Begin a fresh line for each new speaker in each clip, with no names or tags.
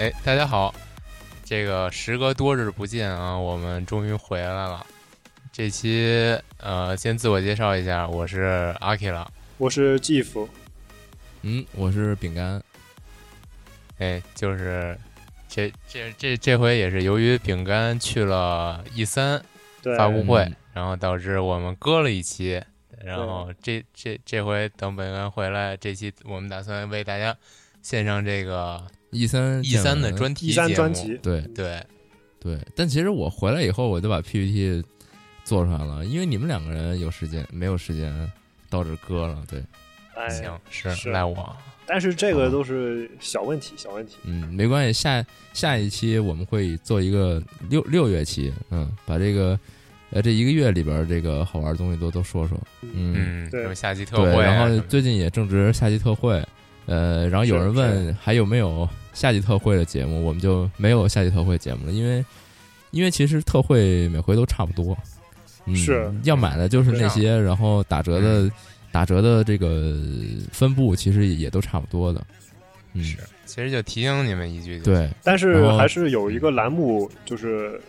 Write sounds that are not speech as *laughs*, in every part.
哎，大家好，这个时隔多日不见啊，我们终于回来了。这期呃，先自我介绍一下，我是阿 K 了。
我是继父，
嗯，我是饼干，
哎，就是这这这这回也是由于饼干去了 E 三
对，
发布会
嗯，
然后导致我们搁了一期。然后这这这回等饼干回来，这期我们打算为大家献上这个
一三
E 三的
见闻
专题
E 三
节
专
目
辑，
对
对，
对，但其实我回来以后，我就把 PPT 做出来了，因为你们两个人有时间，没有时间到这搁了。对，
哎，
行，嗯是
是
赖我。
但是这个都是小问题，小问题。
嗯，没关系，下下一期我们会做一个六六月期，嗯，把这个呃这一个月里边儿这个好玩的东西都都说说，嗯，
嗯，
对
有下集特
对，
惠啊
然
什
后
么的，
最近也正值夏季特惠，呃，然后有
是
人问还有没有夏季特惠的节目，我们就没有夏季特惠节目了，因为因为其实特惠每回都差不多，嗯，
是
要买的就是那些，然后打折的、
嗯
打折的这个分布其实也都差不多的，嗯，
是，其实就提醒你们一句，，
对，
但是
然
嗯
后
还是有一个栏目，就是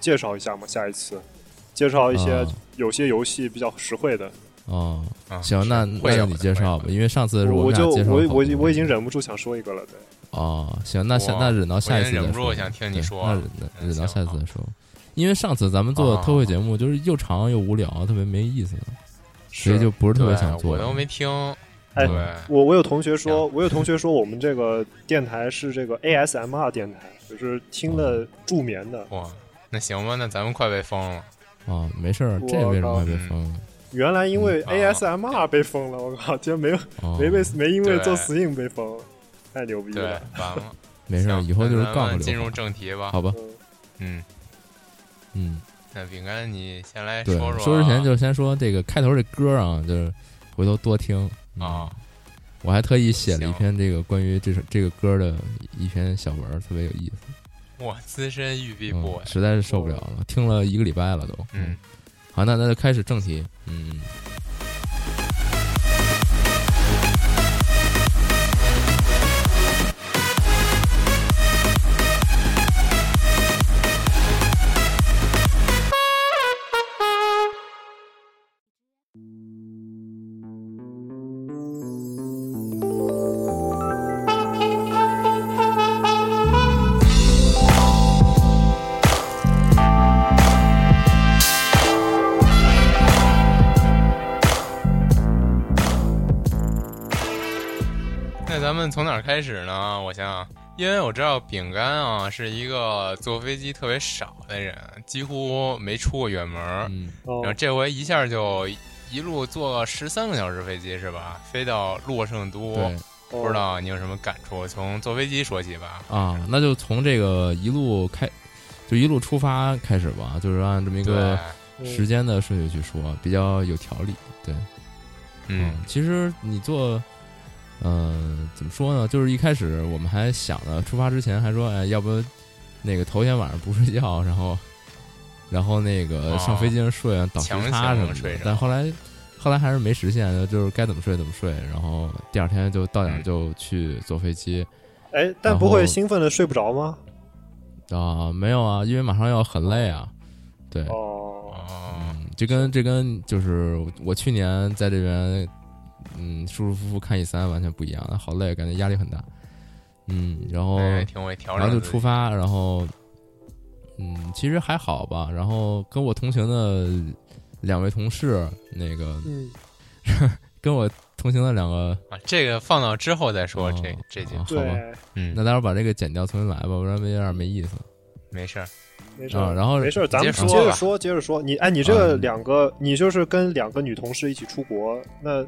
介绍一下嘛，下一次介绍一些
啊
嗯
有些游戏比较实惠的。
哦。
啊、
行，那
会
那
有
就你
的
介绍吧，。因为上次是
我
们俩
就
介绍
我
了好
我已
多
我已经忍不住想说一个了，对，
嗯
哦，行，那下
我
那忍到下一次
我已经
再
忍不
说
住想听你
对
说
那
了
忍
嗯
忍到下
行
次
好
再说，因为上次咱们做
啊
特惠节目就是又长又无聊，特别没意思，所以
是
就不是特别
对，
想做
我
了。
都没听。
哎
对，
我我有同学说，我有同学说我们这个电台是这个 ASMR 电台，就是听
嗯
了助眠的。
哇，那行吧，那咱们快被封了。
啊，没事儿，这
我
为什么
靠
还被
嗯
封了？
原来因为
嗯啊
ASMR 被封了，我靠，竟然没有
哦，
没被没因为
对
做 Steam 被封，太牛逼
对，
了。
完了，
没事儿，
行
以后就是
那咱
杠
们
不
进入
了。
正题吧。
好吧，
嗯
嗯，
嗯，
那饼干你先来
对，
说
说之前
啊
就先说这个开头这歌啊，就是回头多听嗯
啊，
我还特意写了一
行
篇这个关于这首这个歌的一篇小文儿，特别有意思，
我资深育碧 boy
嗯，。实在是受不了了，听了一个礼拜了都。
哎嗯，
好，那那就开始正题。嗯。
那咱们从哪儿开始呢？我想想，因为我知道饼干啊是一个坐飞机特别少的人，几乎没出过远门儿。
嗯
哦
然后这回一下就一路坐十三个小时飞机是吧？飞到洛圣都，
对
哦
不知道你有什么感触？从坐飞机说起吧。
啊，那就从这个一路开，就一路出发开始吧，就是按这么一
对，
个
嗯
时间的顺序去说，比较有条理。对，
嗯，
其实你做，呃，怎么说呢？就是一开始我们还想着出发之前还说，哎，要不那个头天晚上不睡觉，然后然后那个
哦
上飞机上睡啊，倒时
强
差
行
什么
睡
的
着。
但后来后来还是没实现，就是该怎么睡怎么睡。然后第二天就到点儿
嗯
就去坐飞机
哎，但不
然后
会兴奋的睡不着吗？
啊，没有啊，因为马上要很累啊。对，
哦，
哦，
嗯这跟这跟就是我去年在这边，嗯，舒舒服服看一三完全不一样，好累，感觉压力很大。嗯，然后
哎，挺会调
然
整
后
自己，
就出发，然后嗯，其实还好吧。然后跟我同行的两位同事，那个
嗯，
跟我同行的两个，
啊，这个放到之后再说，
哦
这这节
啊好吧，
对，
嗯，
那待会儿把这个剪掉，重新来吧，不然有点没意思
没事儿，
没事
啊。
儿。
然后
没事儿，咱们
接着
接着
说
说，接着说。你哎，你这个
嗯
两个，你就是跟两个女同事一起出国，那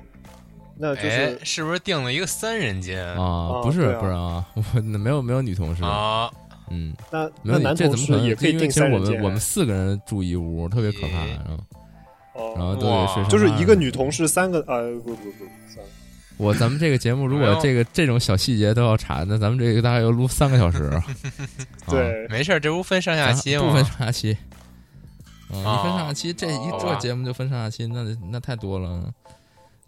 那就是
哎，是不是定了一个三人间啊？
啊，
啊
不是
对啊
不是啊，我没有没有女同事，嗯，
那
没
那
有你
男
这
同
怎么
事
可能？
也可以
因为
订
其实
三人
我
啊
们
间
我们四个人住一屋，特别可怕，
咦
然后然后
哦，
都得睡
哇
沙发
就是一个女同事三个呃，不不不，算了，
我咱们这个节目如
哎
果
呦
这个这种小细节都要查，那咱们这个大概要录三个小时。
*laughs*
啊，
对，
没事儿，这不分上下
咱
期
啊不
吗？
分上下期。嗯，
哦
一分上下期，这一
好吧
做节目就分上下期，那得那太多了。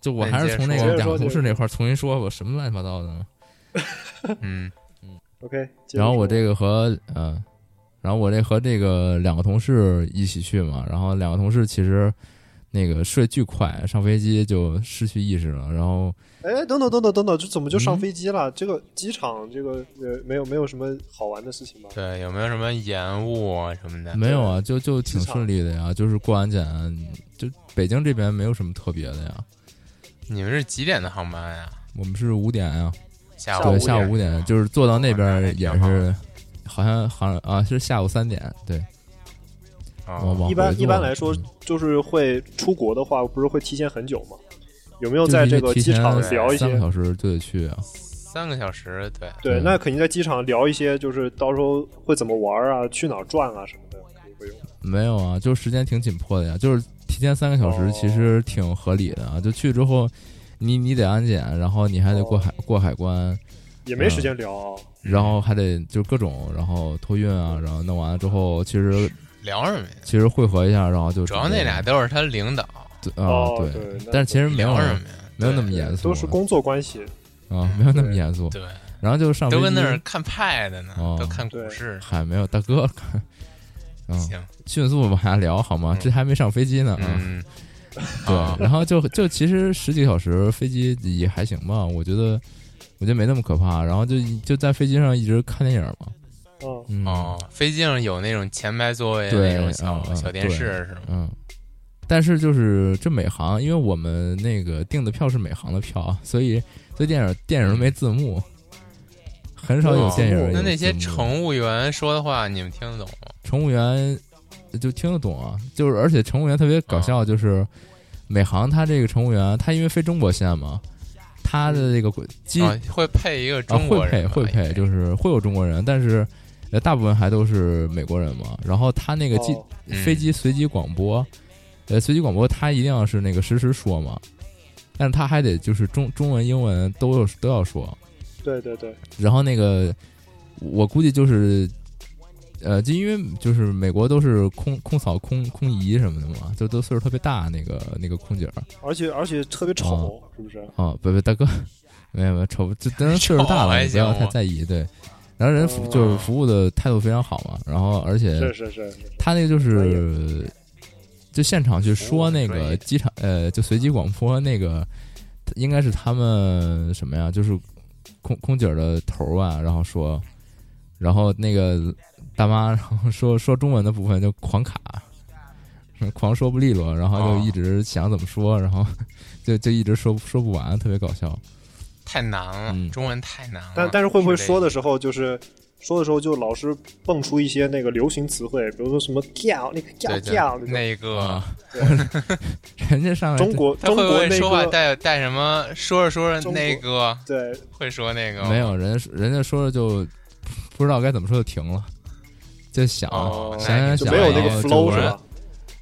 就我
那
还
你
是
接着
从那
说
个
接着
两个
说
同
接
事
着
那块儿重新说吧，什么乱七八糟的。
嗯
OK，接着
然后我
说
这个和嗯、然后我这和这个两个同事一起去嘛，然后两个同事其实那个睡巨快，上飞机就失去意识了，然后
哎，等等等等等等，这怎么就上
嗯
飞机了？这个机场这个呃，没有没有什么好玩的事情吧？
对，有没有什么延误啊什么的？
没有啊，就就挺
机场
顺利的呀，就是过安检，就北京这边没有什么特别的呀，
你们是几点的航班呀？
我们是五点呀，
下
午
对，
五
下午五点，就是坐到那边也是，好像好像啊是下午三点，对，往
哦
往
一
回
般
坐
一般来说
嗯，
就是会出国的话，不是会提前很久吗？有没有
就是
在
因
这
为
个
提
机
前
场聊一
三个
些？
小时就得去啊，
三个小时，对，
对，
嗯
那肯定在机场聊一些，就是到时候会怎么玩啊，去哪儿转啊什么的，有没有？
没有啊，就是时间挺紧迫的呀，就是提前三个小时
哦
其实挺合理的啊。就去之后，你你得安检，然后你还得过海、
哦
过海关，
也
嗯
没时间聊啊。
然后还得就各种，然后托运啊，然后弄完了之后，其实
聊什么呀？
其实汇合一下，然后就
主要那俩都是他领导，
准备啊
哦，
对，
对，那
但是其实嗯没有啊
聊什么呀？
没有那
对
么严肃
都
啊，
是工作关系，
啊，没有那么严肃。
对，
然后就上飞
都
机
跟那儿看派的呢
哦，
都看股
对
市。
嗨，没有大哥， *laughs* 嗯，
行，
迅速往下聊好吗？
嗯
这还没上飞机呢，啊。
嗯，
对
啊，
然后就就其实十几个小时飞机也还行吧，我觉得我觉得没那么可怕。然后就就在飞机上一直看电影嘛，
嗯，
嗯，
哦，飞机上有那种前排座位的
对
那种小、
嗯嗯
小电视是吗？
嗯。但是就是这美航，因为我们那个订的票是美航的票，啊所以所以电影电影没字幕，很少有
哦
电影有字幕。
哦那那些乘务员说的话，你们听得懂吗？
乘务员就听得懂啊，就是而且乘务员特别搞笑，
嗯
就是美航他这个乘务员，他因为飞中国线嘛，他的这个机
啊，会配一个
啊，
中
会
国
配
人吧、哎
会配，
应该
就是会有中国人，但是呃，大部分还都是美国人嘛。然后他那个机、
哦
嗯
飞机随机广播，呃，随机广播他一定要是那个实时说嘛，但是他还得就是中中文、英文都有都要说。
对对对，
然后那个我估计就是。呃，就因为就是美国都是空空嫂、空空姨什么的嘛，就都岁数特别大，那个那个空姐儿
而且而且特别丑，是不是？
哦，不不，大哥，没有没有，丑，就当然岁数大
丑
了，
还
你不要
行
太
我
在意。对，然后人服就是
哦
服务的态度非常好嘛，然后而且
是是是
嗯
是，
他那个就
专业
是就现场去
服务
说
很
那
专
个
业
机场呃，就随机广播那个，应该是他们什么呀？就是空空姐儿的头儿啊，然后说，然后那个大妈，然后说说中文的部分就狂卡。狂说不利落，然后
哦
就一直想怎么说，然后就就一直说说不完，特别搞笑。
太难了，
嗯
中文太难了。
但但是会不会说
的
的时候就是说的时候就老是蹦出一些那个流行词汇，比如说什么“ giao 那个“ giao
对
giao
对
那种
那个
啊？人家上来
中国
他
中
会不
国
会
那
说话
个
带带什么？说着说着
中国
那个
对
会说那个吗
没？有人家，人家说着就不知道该怎么说就停了，就想、
哦
想想
就
想，
没有那
然
个
后就
flow
是
是
吧
吧？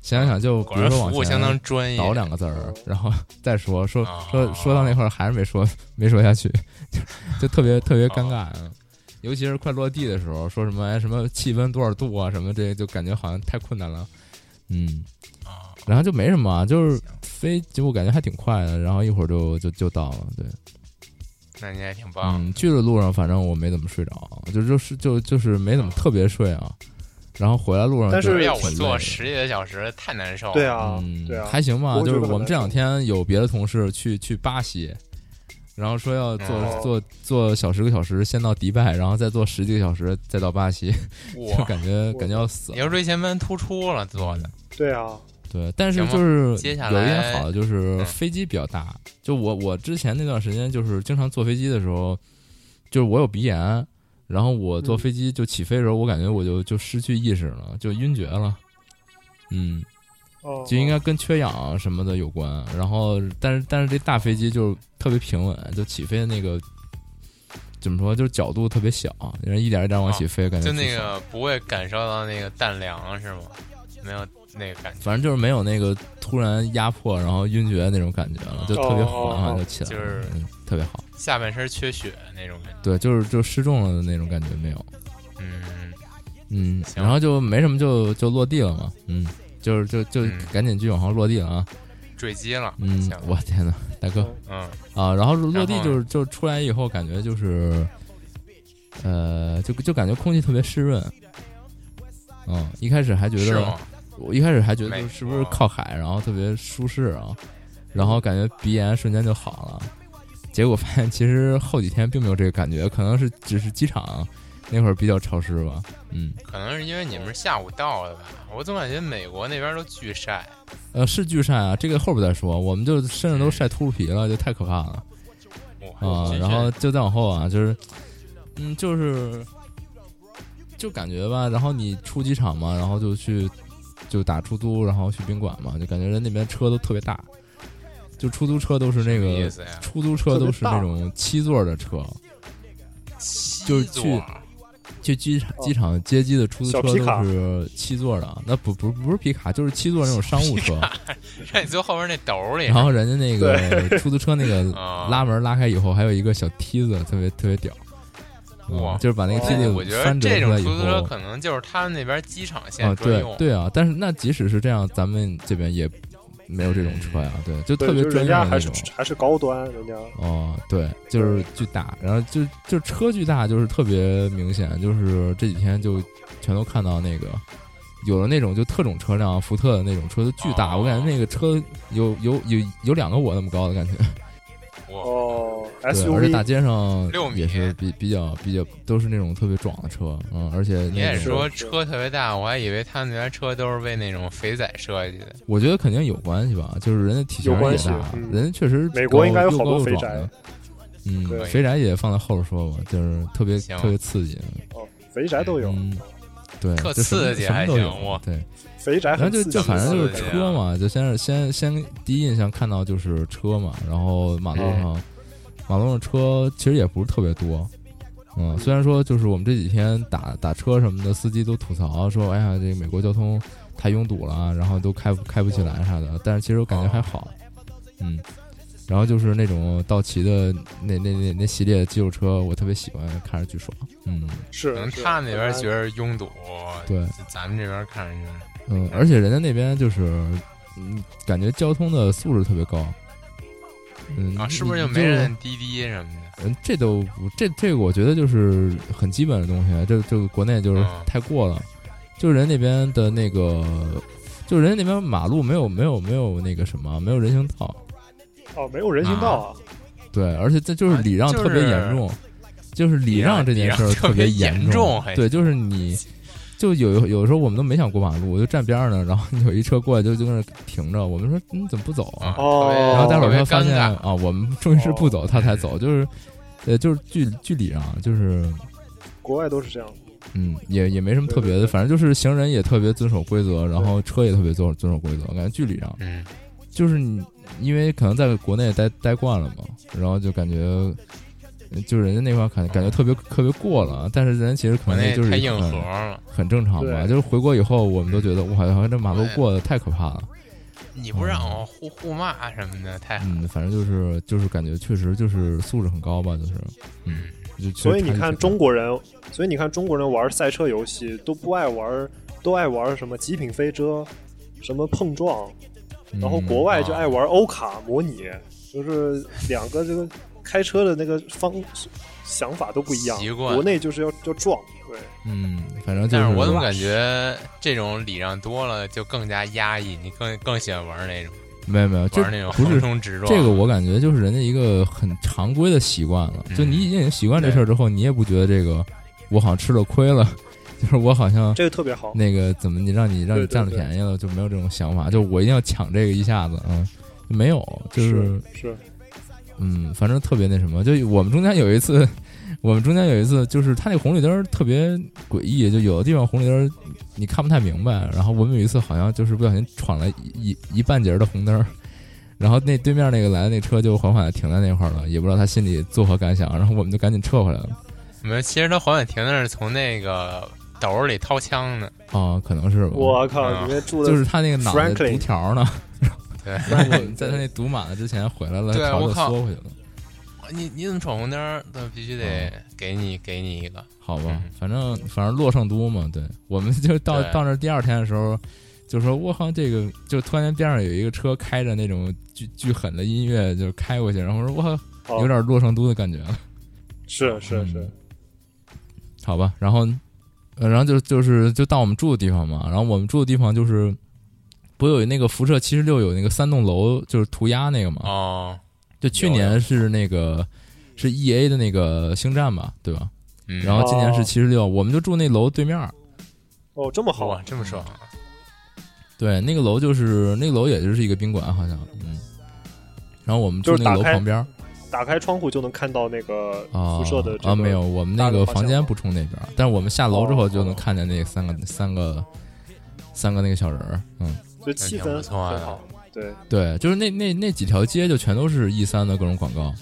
想想想就比
果
如
然
说
服
往
务
前
相当专业。
倒两个字儿，然后再说说
哦
*laughs*
哦
说说到那块儿还是没说没说下去，就就特别特别尴尬。嗯尤其是快落地的时候，说什么哎什么气温多少度啊，什么这就感觉好像太困难了，嗯，
哦
然后就没什么啊，就是飞，就我感觉还挺快的，然后一会儿就就就到了，对，
那你还挺棒。
嗯，去的路上反正我没怎么睡着，就就是就就是没怎么特别睡啊，然后回来路上
但
就是
要我
挺累
坐
的
十几个小时太难受了。
对啊
嗯，，
对啊，
还行吧。
我
就
觉
是
得
我
很
们这两天有别的同事去去巴西，然后说要坐、
哦
坐坐小十个小时，先到迪拜，然后再坐十几个小时，再到巴西，就
我
感觉
我
感觉要死
你
了。
要椎间盘突出了，坐的
对啊，
对，但是
行吧
就是
接下
有一
来
点好的就是
嗯
飞机比较大。就我我之前那段时间就是经常坐飞机的时候，就是我有鼻炎，然后我坐
嗯
飞机就起飞的时候，我感觉我就就失去意识了，就晕厥了。嗯，
哦，
就应该跟缺氧什么的有关。然后，但是但是这大飞机就特别平稳，就起飞的那个怎么说，就是角度特别小，然后一点一点往起飞，感觉
哦就那
挺爽，
个不会感受到那个淡凉是吗？没有那个感觉，
反正就是没有那个突然压迫然后晕厥的那种感觉了，就特别缓
哦哦
缓
哦
就起来了，
就是
嗯、特别好。
下半身缺血那种感觉。
对，就是就失重了的那种感觉没有，
嗯，
嗯，
行
然后就没什么就就落地了嘛，嗯。就是就就
嗯
赶紧去往上落地了啊！
坠机了。
嗯
行，
我天哪，大哥，
嗯，
啊，然后落地
然后
就是就是出来以后，感觉就是，呃，就就感觉空气特别湿润。嗯，一开始还觉
是
得
吗，？
我一开始还觉得
美
是不是
国
靠海，然后特别舒适啊，然后感觉鼻炎瞬间就好了。结果发现其实后几天并没有这个感觉，可能是只是机场那会儿比较潮湿吧。嗯，
可能是因为你们是下午到的吧？我总感觉美国那边都巨晒。
呃，是巨晒啊，这个后边再说，我们就身上都
嗯
晒秃噜皮了，就太可怕了。
哇
啊，，
真
然
是
后就再往后啊，就是，嗯，就是，就感觉吧，然后你出机场嘛，然后就去就打出租，然后去宾馆嘛，就感觉人那边车都特别大，就出租车都是那
什么意
个
思呀？
出租车都是那种七座的车，就
七
是去
座
去机场哦机场接机的出租车
小皮卡
都是七座的，那不不不是皮卡，就是七座那种商务车，
*laughs* 让你坐后边那斗里。
然后人家那个出租车那个
*laughs* 啊
拉门拉开以后，还有一个小梯子，特别特别屌。
哇
嗯就是把那个梯
这
子
我觉得
翻折
这
出
种
来以
出租车
后，
可能就是他们那边机场
啊，
线专
对
用。
对啊，但是那即使是这样，咱们这边也没有这种车呀，
嗯
对，就
对
特别
就是人
专业
家
的那
还是
种。
还是高端，人家
哦，对，就是巨大，然后就就车巨大，就是特别明显，就是这几天就全都看到那个，有的那种就特种车辆，福特的那种车就巨大，
哦
我感觉那个车有有有有两个我那么高的感觉，
我
哦
对，而且
，SUV
大街上
六米啊
也是比比较比较都是那种特别壮的车，嗯，而且
你
那
也
种
说车特别大，我还以为他们那边车都是为那种肥仔设计的。
我觉得肯定有关系吧，就是人家体型
有关
也
系
大，
嗯
人家确实
美国
高
应该有好
又高
多
又
肥
壮
宅
的，嗯
对，
肥宅也放在后边说吧，就是特别
行
特别刺激，
哦，肥宅都有，
嗯对，
特
就什么
刺激
什么
还
都
行
有
我，
对，
肥宅
然后
很
就
刺激
就反正就是
刺激啊
车嘛，就先是先先第一印象看到就是车嘛，然后马路
嗯
上、马路上车其实也不是特别多，嗯，虽然说就是我们这几天打打车什么的，司机都吐槽说，哎呀，这个美国交通太拥堵了，然后都开不开不起来啥的，但是其实我感觉还好，嗯。然后就是那种道奇的那那那那系列的肌肉车，我特别喜欢，看着巨爽。嗯
是
可能
是
他们那边觉
得
得拥堵，
对，
咱们这边看着就是
嗯，而且人家那边就是，嗯，感觉交通的素质特别高。嗯
啊，是不是
你
就
你
没人滴滴什么的？
嗯，这都不这这个，我觉得就是很基本的东西，啊这这个国内就是
嗯
太过了。就是人那边的那个，就是人家那边马路没有没有没有那个什么，没有人行道。
哦，没有人行道啊，
对，而且这就是礼让
啊就是
特别严重，就是礼让这件事儿
礼让特别
严
严重还
对，就是你，就有有时候我们都没想过马路，我就站边上呢，然后有一车过来就就在那儿停着，我们说你怎么不走
啊
啊？
哦
特别
然后待会
特
儿
别
他发
尴
现
尬哦
啊，我们终于是不走，他才走，就是，呃，就是距距礼让，就是
国外都是这样。
嗯，也也没什么特别
对对对
的，反正就是行人也特别遵守规则，然后车也特别遵守遵守规则，感觉距离上
嗯，
就是你因为可能在国内待待惯了嘛，然后就感觉。嗯就是人家那块儿感感觉特别特别过了，啊但是人家其实
我
可能
那
也就是
太
很
硬核嗯了。
很正常吧。
对
就是回国以后，我们都觉得哇，好像这马路过得太可怕了。
你不
嗯
让我互互骂什么的，太
嗯，反正就是就是感觉确实就是素质很高吧，就是
嗯，
就就
所以你
差距
看
挺大
中国人，所以你看中国人玩赛车游戏都不爱玩，都爱玩什么极品飞车，什么碰撞，
嗯
然后国外
啊
就爱玩欧卡模拟，就是两个这个开车的那个方想法都不一样
习。惯
国内就是要要撞，对，
嗯，反正就
但
是
是我怎么感觉这种礼让多了就更加压抑，你更更喜欢玩那种
没有没有，这
玩那种
不
横 *laughs*
是
冲直撞。
这个，我感觉就是人家一个很常规的习惯了。
嗯
就你已经习惯这事儿之后，你也不觉得这个我好像吃了亏了， *laughs* 就是我好像
这个特别好。
那个怎么你让你让你
对对
占了
对
便宜了，就没有这种想法，就我一定要抢这个一下子，嗯，没有，就是
是
嗯，反正特别那什么，就我们中间有一次，我们中间有一次，就是他那个红绿灯儿特别诡异，就有的地方红绿灯儿你看不太明白。然后我们有一次好像就是不小心闯了一一一半截儿的红灯儿，然后那对面那个来的那车就缓缓地停在那块儿了，也不知道他心里作何感想，然后我们就赶紧撤回来了。
我们其实他黄远婷那是从那个兜里掏枪的，
哦，可能是吧，
我靠，
嗯
你这住的
啊就是他那个脑袋
Franklin
读条儿呢，
对。
然后我们在他那读满了之前回来了，
对
条儿
我
就
靠
缩回去了。
你你怎么闯红灯儿？那必须得
嗯
给你给你一个。
好吧
嗯，
反正反正洛圣都嘛，对，我们就到
对
到那儿第二天的时候，就说我靠，这个就突然间边上有一个车开着那种巨巨狠的音乐就开过去，然后我说我靠，
哦
有点洛圣都的感觉了，
是是是
嗯，好吧，然后呃然后就就是就到我们住的地方嘛，然后我们住的地方就是不有那个辐射七十六有那个三栋楼就是涂鸦那个嘛，
哦，
就去年是那个是 E A 的那个星战吧，对吧？
嗯，
然后今年是
哦
七十六，我们就住那楼对面儿。
哦，这么好
哇，，这么爽，啊
对，那个楼就是那个楼，也就是一个宾馆，好像，嗯。然后我们住
就是
那个楼
打开
旁边儿
打开窗户就能看到那个
啊
辐射的这
啊，
个
没有，我们那
大的
个
方
房
向
间
吗
不冲那边儿，但是我们下楼之后就能
哦
看见那三个三个三个那个小人儿，嗯，
就气
那挺
氛
不
很
错啊
好，对，
对，就是那那那几条街就全都是 E 三的各种广告，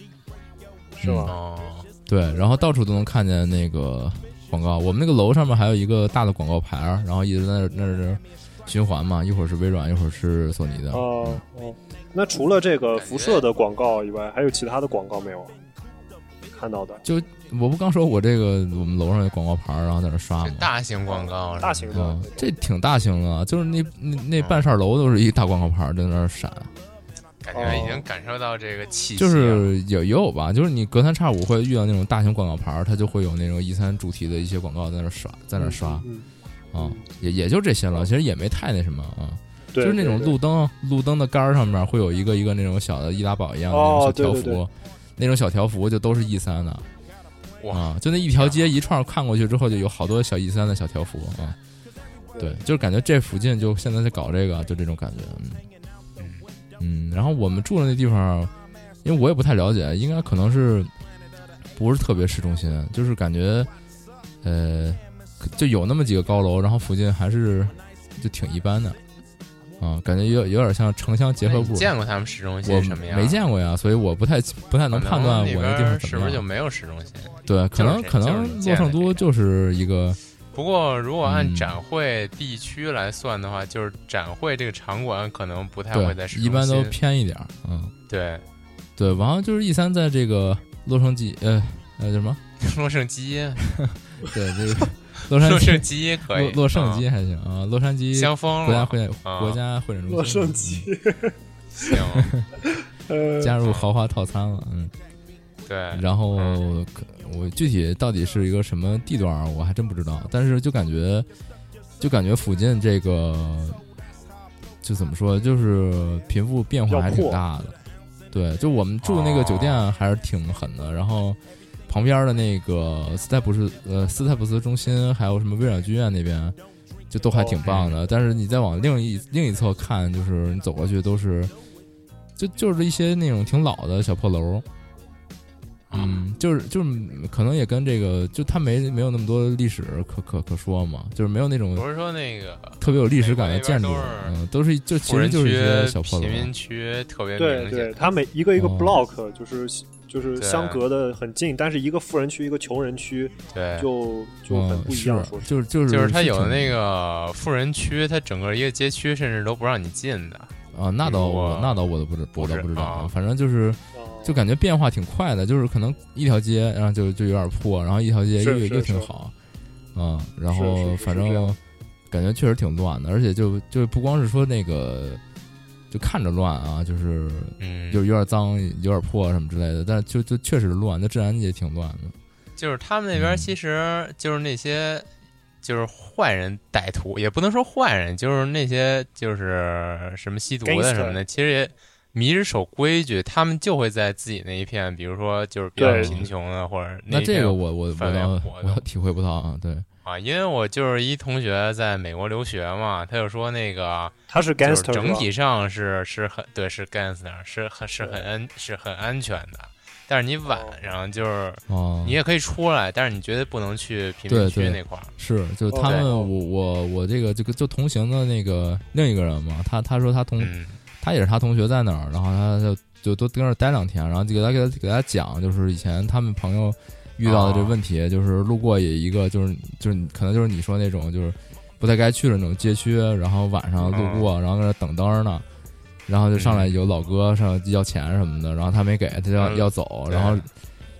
是
嗯
吗？
哦，
对，然后到处都能看见那个广告。我们那个楼上面还有一个大的广告牌儿，然后一直在那儿那儿循环嘛，一会儿是微软，一会儿是索尼的，
哦哦，那除了这个辐射的广告以外，还有其他的广告没有啊？看到的
我不刚说我这个我们楼上有广告牌儿，然后在那儿刷
是
吗？
大型广告，
大型的
嗯，，这挺大型的，就是那那那半扇楼都是一大广告牌儿在那儿闪，
感觉已
哦
经感受到这个气息
就
了，
是也也有吧，就是你隔三差五会遇到那种大型广告牌儿，它就会有那种一三主题的一些广告在那儿刷，在那儿刷啊、
嗯，
也也就这些了，其实也没太那什么啊，
对，
就是那种
对
路灯路灯的杆儿上面会有一个一个那种小的易拉宝一样的那种
哦
小条幅，
对对对
那种小条幅就都是 E 三的。
哇
啊，就那一条街一串看过去之后，就有好多小 E 三的小条幅啊。对，就是感觉这附近就现在在搞这个，就这种感觉。嗯嗯，然后我们住的那地方，因为我也不太了解，应该可能是不是特别市中心，就是感觉呃就有那么几个高楼，然后附近还是就挺一般的啊，感觉有有点像城乡结合部
你。见过他们市中
我
心什么样？
没见过呀，所以我不太不太
可
能判断
里
我那
边
地方
是
怎
不
么
是就
样。
没有市中心？
对，可能
就是
可
就是
能
你
洛
见的
圣
那
都
个
就是一个
不过如果按
嗯
展会地区来算的话，就是展会这个场馆可能不太会
对
在市，中心，
一般都偏一点儿。嗯，
对。
对，然后就是 E 三在这个洛杉矶，呃呃叫什么？
洛杉矶，
对，这
*laughs*
个洛杉
洛杉
矶
矶可
洛
以，
洛杉
嗯
矶还行啊，洛杉矶
香疯
国家
了，
会
啊
国家会展中心，
洛杉
嗯
矶，
行，
*laughs*
呃，
加入豪华套餐了，嗯。
对，
然后可我具体到底是一个什么地段儿，我还真不知道。但是就感觉，就感觉附近这个，就怎么说，就是贫富变化还挺大的。对，就我们住那个酒店还是挺狠的。然后旁边的那个斯泰普斯呃斯泰普斯中心，还有什么微软剧院那边，就都还挺棒的。但是你再往另一另一侧看，就是你走过去都是。就就是一些那种挺老的小破楼，嗯，就是就是，可能也跟这个，就它没没有那么多历史可可可说嘛，就是没有那种
不是说那个
特别有历史感的
美国那边
建筑
都是，
嗯，都是就其
富
实
人
就是一些
区
小、破楼嗯
贫，民区特别
对
明
对，
显，
它每一个一个
哦
block 就是就是
对
相隔的很近，但是一个富人区一个穷人区
对，
就就很
嗯，
不一
是
样，说，实
就是就是
就是它有
挺
那个富人区，它整个一个街区甚至都不让你进的，
啊，那倒
比如
我
啊
那倒我都不知
不
我倒
是
不知道，
啊
反正就是
话
就感觉变化挺快的，就是可能一条街，然后就就有点破，然后一条街又
是是
又挺
是
好，嗯，然
是
后
是是
反
这
正
样
感觉确实挺乱的，而且就就不光是说那个就看着乱啊，就是
嗯，
就有点脏、有点破什么之类的，但是就就确实乱，那治安也挺乱的。
就是他们那边其实就是那些就是坏人歹徒，也不能说坏人，就是那些就是什么吸毒的
Gangster
什么的，其实也迷失守规矩，他们就会在自己那一片，比如说就是比较
对
贫穷的或者
那
一
这
片
个我我我
范围
倒
活动
我体会不到啊，对，
啊，因为我就是一同学在美国留学嘛，他就说那个
他是
就是
gangster，
整体
是吧
上是是很对是 gangster 是很是很安是很安全的，但是你晚
哦
上就是
哦，
你也可以出来，但是你绝对不能去贫
对
民区
对
那块儿。
是，就是他
哦
们，
对
我我我这个这个就同行的那个另一个人嘛，他他说他同、
嗯，
他也是他同学在那儿，然后他就就多跟那儿待两天，然后就给他给他给他讲，就是以前他们朋友遇到的这问题，就是路过也一个就是就是你可能就是你说那种就是不太该去的那种街区，然后晚上路
嗯
过，然后在那等灯呢。然后就上来有老哥上来要钱什么的，然后他没给，他就要、
嗯
要走，
对
然后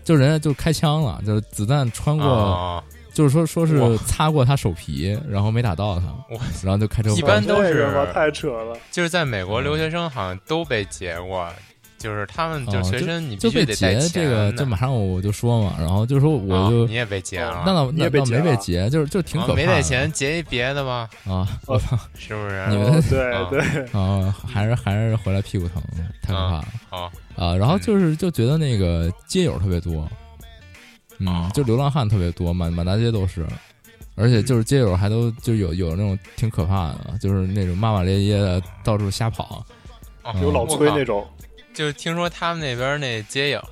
就人家就开枪了，就是子弹穿过、
啊，
就是说说
哇
是擦过他手皮，然后没打到他
我，
然后就开车
一般
跑
都
这
是
个吧，太扯了。
*laughs*
就是在美国留学生好像都被劫过，就是他们
哦
就随身你必
就
须
被
得带钱
劫
的。
这个，就马上我就说嘛，然后就说我
啊
就哦
你也被劫了，
那倒
你
那
也被
倒
劫
没被
了
劫，就是就是挺
啊
可怕
没
的
带钱劫一别的吧， *laughs*
啊
哦
是不是？
你们
哦
啊
对对，
啊，还是还是回来屁股疼，太可怕了
好，
啊！然后
嗯
就是就觉得那个街友特别多，嗯
哦，
就流浪汉特别多，满满大街都是。而且就是街友还都就有有那种挺可怕的，就是那种骂骂咧咧的到处瞎跑，
哦
*laughs* 嗯
有老崔。
我
那
靠
种，
就是听说他们那边那街友，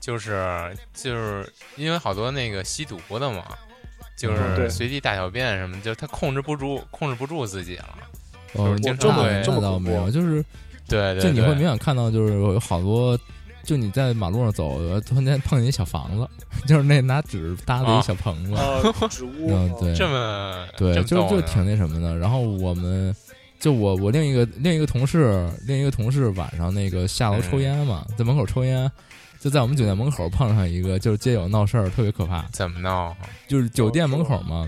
就是就是因为好多那个吸毒的嘛，就
嗯
是
对
随地大小便什么，就是他控制不住，控制不住自己了。
哦，
就是
那
经常
那
会
那倒没有，就是
对对，
就你
对
会明显看到，就是有好多，就你在马路上走，突然间碰见一小房子， *laughs* 就是那拿纸搭的一小棚
*laughs*
子，
啊，
*laughs*
植物
嗯，，
啊，
对，
这么
对，
这么
就
逗
就
呢
挺那什么的。然后我们就我我另一个另一个同事，另一个同事晚上那个
嗯
下楼抽烟嘛，在门口抽烟。就在我们酒店门口碰上一个，就是街友闹事儿，特别可怕。
怎么闹？
就是酒店门口嘛，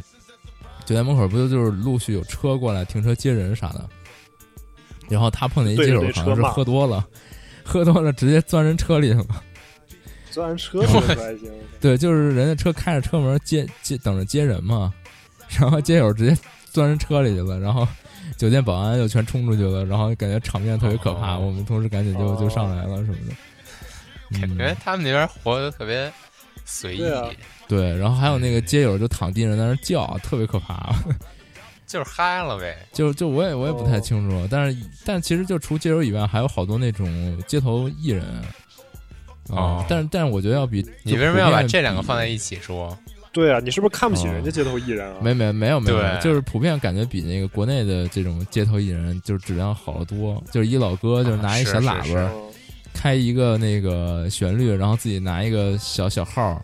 酒店门口不就就是陆续有车过来停车接人啥的，然后他碰见一
对
街
着
友
那
好
车
像是
骂
喝多了，喝多了直接钻人车里去了。
虽然啊车这个还
*laughs*
行，
对，就是人家车开着车门接接等着接人嘛，然后街友直接钻人车里去了，然后酒店保安就全冲出去了，然后感觉场面特别可怕，
哦
我们同事赶紧就
哦
就上来了什么的。
感觉
嗯、
他们那边活得特别随意，
对啊
对，然后还有那个
嗯
街友就躺地上在那儿叫，特别可怕。
就是嗨了呗。
就就我也我也不太
哦
清楚，但是但其实就除街友以外，还有好多那种街头艺人啊、
哦
但是但是我觉得要比
你为什么要把这两个放在
起？
一起说？
对啊，你是不是看不起人家街头艺人啊？
哦没没没有没有，
对
就是普遍感觉比那个国内的这种街头艺人就是质量好得多。就是一老哥就是拿一
啊是
小
是
喇
是
叭，
嗯
开一个那个旋律，然后自己拿一个小小号儿，啊，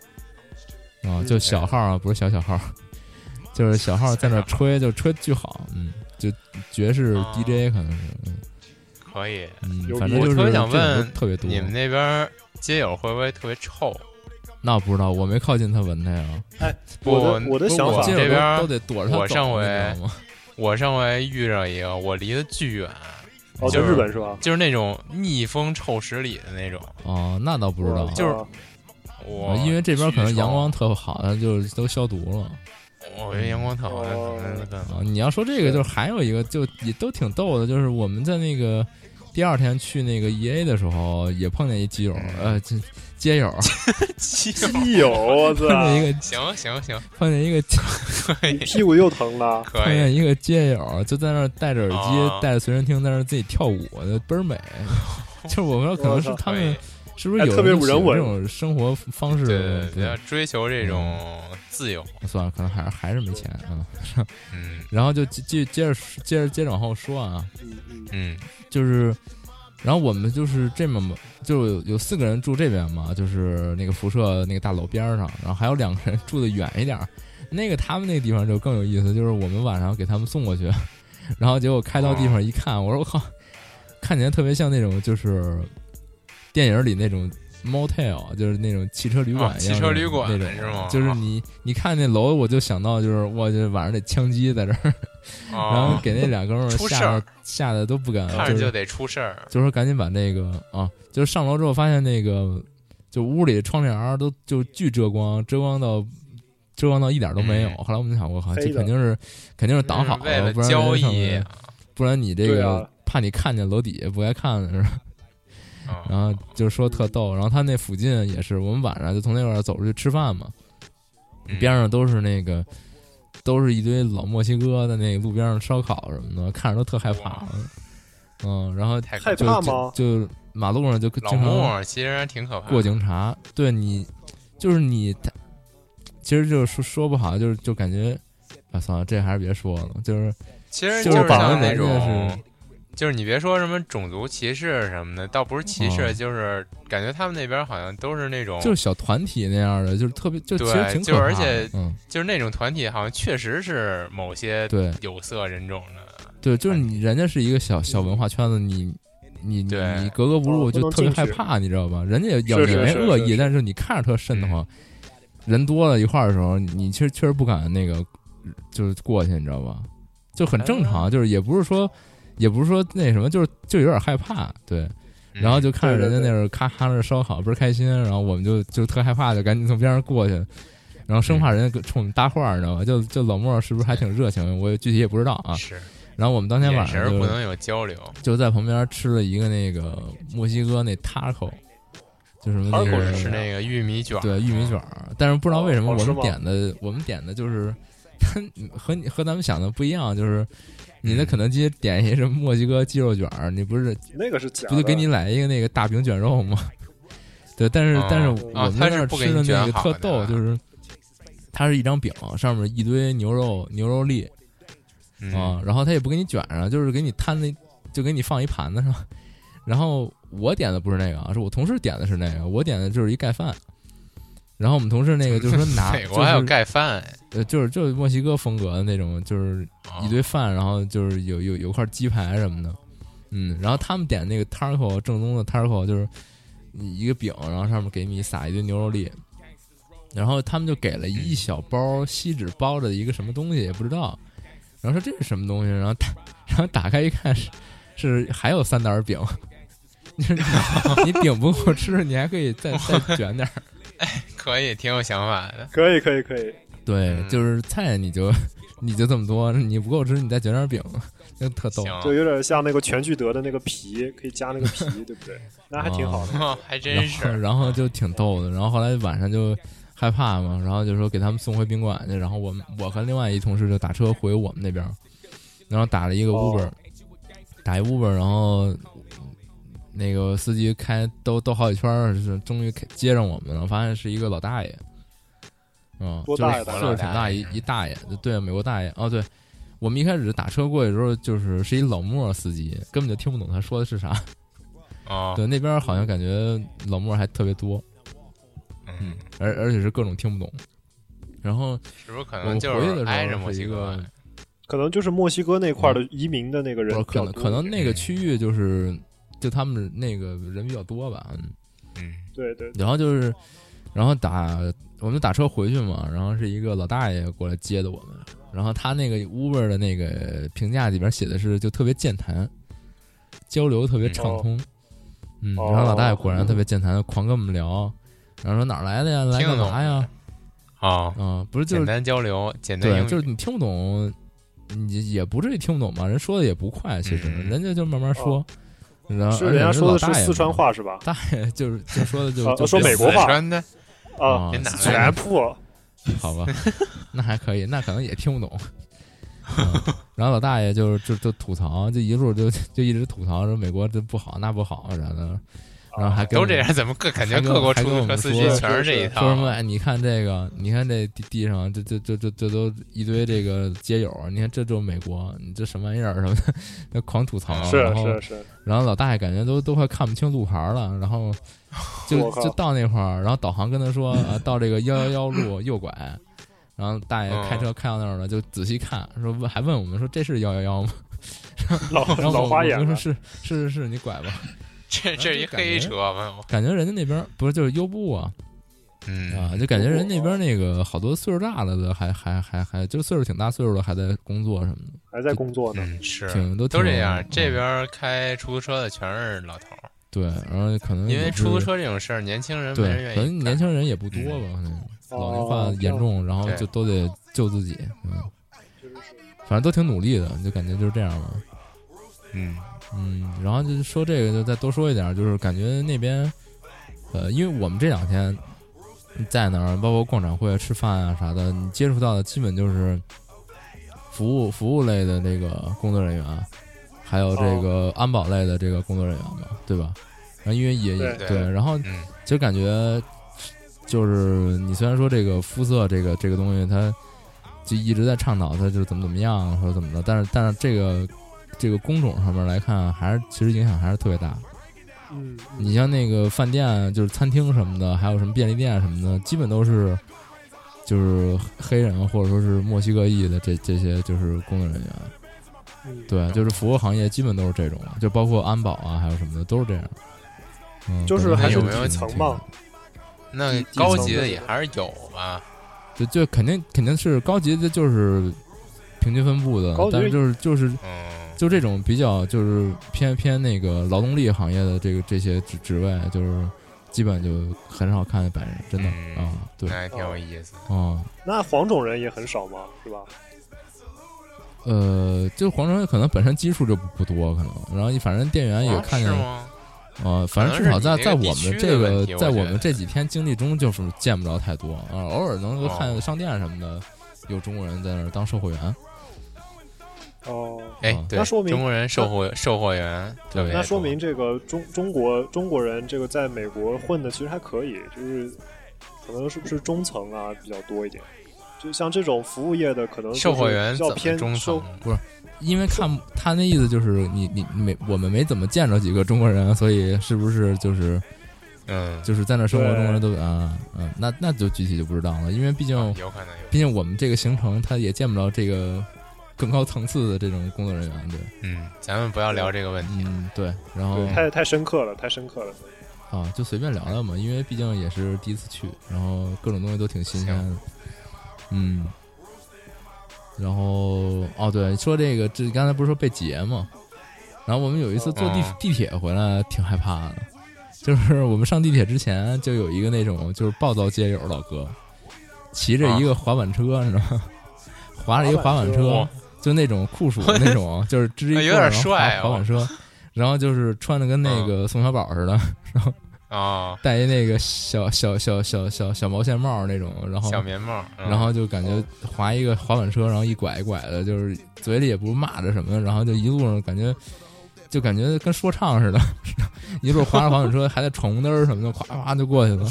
嗯
就小号儿啊，不是小小号儿， *laughs* 就是小号儿在那儿吹，就吹巨好，嗯，就爵士
啊
DJ 可能是，嗯
可以。
嗯，
有
反正
我
就是
特别想
这种
问
都特别多
你。们那边街友会不会特别臭？
那我不知道，我没靠近他闻他呀，
不
我的我的
不是
想
我
法
街
这
友
边儿
都都得躲着他
我
走
上
你
回
知
*laughs*
道吗？
我上回遇上一个，我离得巨远，
哦，在
就是
日本是吧？
就是那种逆风臭十里的那种。
哦，那倒不知道，
就是
啊
我
呃因为这边可能阳光
巨
特好，它就是都消毒了
臭，我觉得阳光特好，那
哦
可能那
啊。你要说这个，就是还有一个，就也都挺逗的，就是我们在那个第二天去那个 E A 的时候，也碰见一基友，
嗯
呃，这街友
个。
基友，我操
碰， *laughs* 见一个
行行行，
碰见一个
可
你
以
屁股又疼了。
碰
可以。
见一个街友，就在那儿戴着耳
啊
机，戴着随身听，在那儿自己跳舞，就
*laughs*
倍儿美。就是我不知道，可能是
我操
他
可
们
以
是不是
哎
有
特别
人就喜欢
人文
这种生活方式？
对对对，要追求
嗯
这种自由。
算了，可能还是还是没钱啊。
嗯
然后就继继接着接着接着往后说啊，
嗯嗯，
嗯
就是，然后我们就是这么就有有四个人住这边嘛，就是那个辐射那个大楼边儿上，然后还有两个人住的远一点儿。那个他们那个地方就更有意思，就是我们晚上给他们送过去，然后结果开到地方一看，我说我靠，看起来特别像那种就是电影里那种 motel，就是那种汽车旅
啊
馆一样的、
汽车旅馆
那种，
是吗哦
就是你你看那楼，我就想到就是我这晚上得枪击在这儿，然后
啊，
给那俩哥们儿
出事
吓
儿
得吓得都不敢，
看着
就是
就得出事儿，
就是说赶紧把那个啊，就是上楼之后发现那个，就屋里窗帘儿都就巨遮光，遮光到遮光到一点儿都没有。
嗯
后来我们就想，我靠，
黑
这
的
肯定是肯定是挡好
嗯为了
不然
交
人上
易
面，不然你这
对
个、
啊
怕你看见楼底下不该看的是吧？
啊
然后就说特逗，然后他那附近也是，我们晚上就从那边走出去吃饭嘛，
嗯
边上都是那个，都是一堆老墨西哥的那个路边上烧烤什么的，看着都特害怕
哇。
嗯，然后
太可
害
就
怕
就
吗
就马路上就经
老莫
常
儿其实挺可怕的，
过警察，对你就是你，他其实就是说说不好，就是就感觉，啊，算了，这还是别说了，就是
其实
就是
是
绑
像
着
那
人家
种
是，
就是你别说什么种族歧视什么的，倒不是歧视，
哦
就是感觉他们那边好像都是那种，
就是小团体那样的，就是特别就其
哦对
实挺
就
可怕的，
而且
嗯，
就是那种团体，好像确实是某些
对
有色人种的，
对，
哎
就是你人家是一个
嗯
小小文化圈子，你你你
对
你格格不入，
哦不
就
能
特别
进
害
去
怕，你知道吧？人家也也
是是
也没
是
恶
是嗯
意，但是你看着特瘆得慌。人多了一块儿的时候，你确实确实不敢那个，就是过去，你知道吧？就很
哎
正常，就是也不是说，也不是说那什么，就是就有点害怕，对。
嗯
然后就看着
对
人
对
家那儿咔咔那儿烧烤，倍儿开心，然后我们就就特害怕，就赶紧从边上过去，然后生
嗯
怕人家冲我们搭话，你知道吧？就就老莫是不是还挺热情？我也具体也不知道啊。
是
然后我们当天
眼
晚上
神
就
不能有交流，
就在旁边吃了一个那个墨西哥那 taco，就什么那
Taco
个
是那个玉米卷，
对玉米卷，儿，但是不知道为什么
哦好
我
吃
们
吗
点的我们点的就是。 *laughs* 和你和咱们想的不一样，就是你在
嗯
肯德基点一些什么墨西哥鸡肉卷儿，你不是
那个是假的，
不就给你来一个那个大饼卷肉吗？ *laughs* 对，但是、但是
哦
我
啊
们
它
在
是
那儿
不给
吃
你
的那
卷
个
好
特
的
逗，
啊
就是它是一张饼，上面一堆牛肉牛肉粒，
嗯
啊，然后他也不给你卷上，就是给你摊那，就给你放一盘子上。然后我点的不是那个啊，是我同事点的是那个，我点的就是一盖饭。然后我们同事那个就说
*laughs*
拿，
美
就
国还有
是
盖饭，
呃，就是就是墨西哥风格的那种，就是
啊
一堆饭，然后就是有有有块鸡排什么的，嗯，然后他们点那个 taco 正宗的 taco 就是一个饼，然后上面给你撒一堆牛肉粒，然后他们就给了一小包锡纸包着的一个什么东西，也不知道，然后说这是什么东西，然后打然后打开一看是是还有三袋饼， *laughs* 你说你你饼不够吃，你还可以再再卷点儿。
可以挺有想法的，
可以可以可以，
对，
嗯
就是菜你就 *laughs* 你就这么多，你不够吃你再卷点饼，就特逗
行。，
就有点像那个全聚德的那个皮，可以加那个
*laughs*
皮，对不对？那还挺好的。
哦 *laughs* 还真
然后
是，
*laughs* 然后就挺逗的。然后后来晚上就害怕嘛，然后就说给他们送回宾馆去。然后我们我和另外一同事就打车回我们那边儿，然后打了一个
哦
Uber，、打一 Uber，然后那个司机开兜兜好几圈儿，是终于开接上我们了，发现是一个老大爷，嗯，
多
就是
大爷
岁
大
数挺大一一大爷，对，美国大爷，哦对。我们一开始打车过去的时候，就是是一老墨司机，根本就听不懂他说的是啥。
哦，
对，那边好像感觉老墨还特别多，
嗯，
而而且是各种听不懂。然后
是不是可
我
能
们
就
回去
是
的
挨着
时候
墨
是
西
一
哥
个，，
可能就是墨西哥那块儿的移民的那个
不
人
是
比较多，
可
嗯
能可能那个区域就是就他们那个人比较多吧，嗯。
嗯，
对对，
然后就是，然后打我们就打车回去嘛，然后是一个老大爷过来接的我们，然后他那个 Uber 的那个评价里边写的是就特别健谈，交流特别
哦
畅通，嗯，
哦
然后老大爷果然特别健谈，狂跟我们聊，然后说哪儿来的呀，来
听得
干
懂
嘛呀？
哦，
啊，不是就
简
是
单交流，简单英
对，
语，
就是你听不懂，你也不至于听不懂嘛，人说的也不快，其实、
嗯
人家就慢慢说，然后
是人家说的是四川，
啊而
话是吧？
且人家老大爷嘛 *laughs* 就是就说的就
啊
就
说
比较
美国话
四川的，
啊，
啊
您哪来的
虽然
全破，
*laughs* 好吧，那还可以，那可能也听不懂。嗯然后老大爷就是就就吐槽，就一路就就一直吐槽说美国这不好那不好啥的，然后还跟
都
我
这样，怎么各感觉
还跟
各国
还
出
跟我
租车
们
司
说
机全是这一套？啊
说什么？哎，你看这个，你看这地地上这这这这这都一堆这个街友，你看这就是美国，你这什么玩意儿什么的，那狂吐槽。
是
然后
是是，
然后老大爷感觉都都快看不清路牌了，然后就
我靠
就到那块儿，然后导航跟他说啊，到这个幺幺幺路右拐，然后大爷开
嗯
车开到那儿了，就仔细看，说问还
*laughs*
问我们说这是幺幺幺吗？
老
然后
老
我
花
我
眼
就
了
说，是是是是，你拐吧。
*laughs* 这这是一黑车啊吧？我
感觉人家那边不是就是优步啊
嗯，
啊，就感觉人那边那个好多岁数大了的还还还还就是岁数挺大岁数的还在工作什么的，
还在工作呢。
嗯是
挺都挺
都这样
嗯。
这边开出租车的全是老头儿，
对，然后可能
因为
也嗯是
出租车这种事儿，年轻人没人
对，
愿
可
意
能
干。
年轻人也不多吧，可能老龄化
哦
严重，然后
对
就都得救自己，嗯，反正都挺努力的，就感觉就是这样吧。
嗯
嗯，然后就是说这个，就再多说一点儿，就是感觉那边，呃，因为我们这两天在那儿，包括逛展会、吃饭啊啥的，你接触到的基本就是服务服务类的这个工作人员，还有这个安保类的这个工作人员嘛，对吧？然后因为也也
对
对，然后
嗯
其实感觉就是你虽然说这个肤色这个这个东西，它就一直在倡导它就是怎么怎么样或者怎么的，但是但是这个这个工种上面来看，还是其实影响还是特别大。
嗯，嗯
你像那个饭店，就是餐厅什么的，还有什么便利店什么的，基本都是就是黑人或者说是墨西哥裔的这这些就是工作人员。
嗯
对，啊就是服务行业基本都是这种，就包括安保啊，还有什么的都是这样。嗯，
就是
感觉
还是
挺
有没有
挺
层
挺
嘛
那
底
高
层
级
的
的
这
也
种
还是有吧？
就就肯定肯定是高级的，就是平均分布的
高，级
但是就是就是
嗯，
就这种比较就是偏偏那个劳动力行业的这个这些职职位，就是基本就很少看见白人，真的啊、
嗯
对
那还挺有意思。
啊、
那黄种人也很少嘛，是吧？
呃，就黄城可能本身基数就不不多，可能，然后反正店员也
啊
看
是
见，
吗？
啊，反正
可能是
至少
你
在
那
在
个
我
地区
们的
的
这
问
个
题我
在
觉
我们
得
这几天经历中，就是见不着太多啊、偶尔能够看
哦
上店什么的，有中国人在那儿当售货员，
哦，
哎
啊，
对
那说，明
中国人售货售货员特别
那说
多
明这个中中国中国人这个在美国混的其实还可以，就是可能是不是中层啊比较多一点。就像这种服务业的，可能就是
售货员
比
怎
较
么
偏
中
收
层，啊
因为看他那意思就是你你你没我们没怎么见着几个中国人，所以是不是就是
嗯，
就是在那生活
对
中国人都啊嗯，那那就具体就不知道了，因为毕竟
有可能有，
毕竟我们这个行程他也见不着这个更高层次的这种工作人员，对，
嗯，咱们不要聊这个问题了。
嗯对，然后
对，太太深刻了，太深刻了。
啊就随便聊聊嘛，因为毕竟也是第一次去，然后各种东西都挺新鲜的，嗯。然后哦，对，说这个，这刚才不是说被劫吗？然后我们有一次坐地、
嗯
地铁回来，挺害怕的。就是我们上地铁之前，就有一个那种就是暴躁街友老哥，骑着
啊
一个滑板车，你知道吗？ *laughs* 滑着一个滑板车
哇，
就那种酷暑那种，就是支一棍儿
*laughs* 有点
然后
帅哦
滑
嗯
滑板车，然后就是穿的跟那个宋小宝似的，
啊，
戴一那个小小小小小小毛线帽那种，然后
小棉帽，嗯
然后就感觉滑一个滑板车，然后一拐一拐的，就是嘴里也不是骂着什么，然后就一路上感觉就感觉跟说唱似的，一路滑着滑板车，还在闯红灯儿什么的，咵咵就过去了。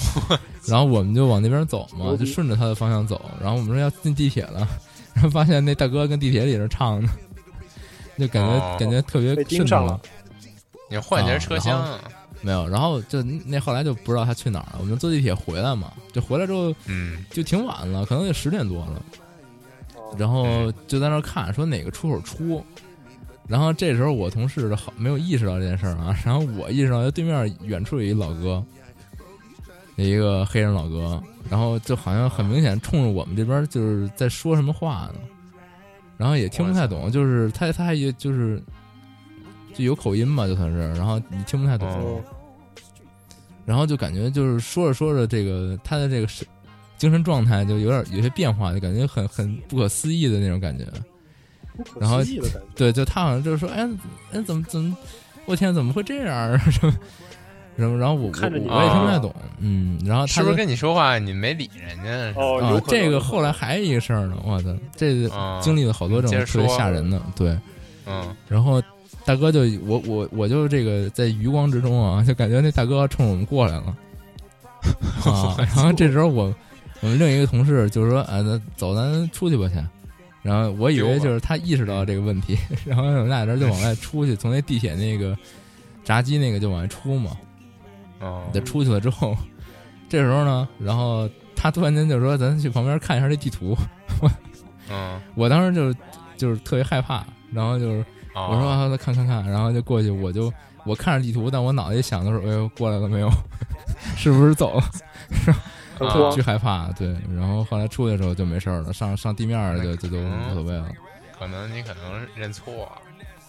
然后我们就往那边走嘛，就顺着他的方向走。然后我们说要进地铁了，然后发现那大哥跟地铁里那唱呢，就感觉、
哦
感觉特别
被盯
顺
上
畅
了
你换节车厢
啊
啊，
没有，然后就那后来就不知道他去哪儿了。我们坐地铁回来嘛，就回来之后
嗯，
就挺晚了，可能也十点多了，然后就在那儿看，说哪个出口出。然后这时候我同事好没有意识到这件事儿啊，然后我意识到对面远处有一老哥，有一个黑人老哥，然后就好像很明显冲着我们这边就是在说什么话呢，然后也听不太懂，就是他他还也就是就有口音吧，就算是，然后你听不太懂，
哦
然后就感觉就是说着说着，这个他的这个是精神状态就有点有些变化，就感觉很很不可思议的那种感觉。
不可
然后
思议的感觉。
对，就他好像就是说，哎，哎，怎么怎么，我天，怎么会这样啊？什么什么？然后我我
看着你
我也听不太懂，嗯。然后
啊是
他
不
就是
跟你说话你没理人家？
哦，有
啊，
可能
这个后来还有一个事儿呢，我操，这
啊
经历了好多这
接
种
着
特别
说
吓人的，对。
嗯，
然后大哥就我我我就这个在余光之中啊， *laughs* 就感觉那大哥冲着我们过来了，啊，然后这时候我我们另一个同事就说啊，那走，咱出去吧先。然后我以为就是他意识到这个问题， *laughs* 然后我们俩人就往外出去，从那地铁那个闸机那个就往外出嘛。
哦
就，出去了之后，这时候呢，然后他突然间就说：“咱去旁边看一下这地图。”
嗯，
我当时就是就是特别害怕，然后就是
哦
我说、啊、那看看看，然后就过去，我就我看着地图，但我脑袋里想的是，哎呦，过来了没有？ *laughs* 是不是走了？
很
啊
慌
巨。害怕，对。然后后来出去的时候就没事儿了，上上地面儿就就都无所谓
嗯
了。
可能你可能认错了，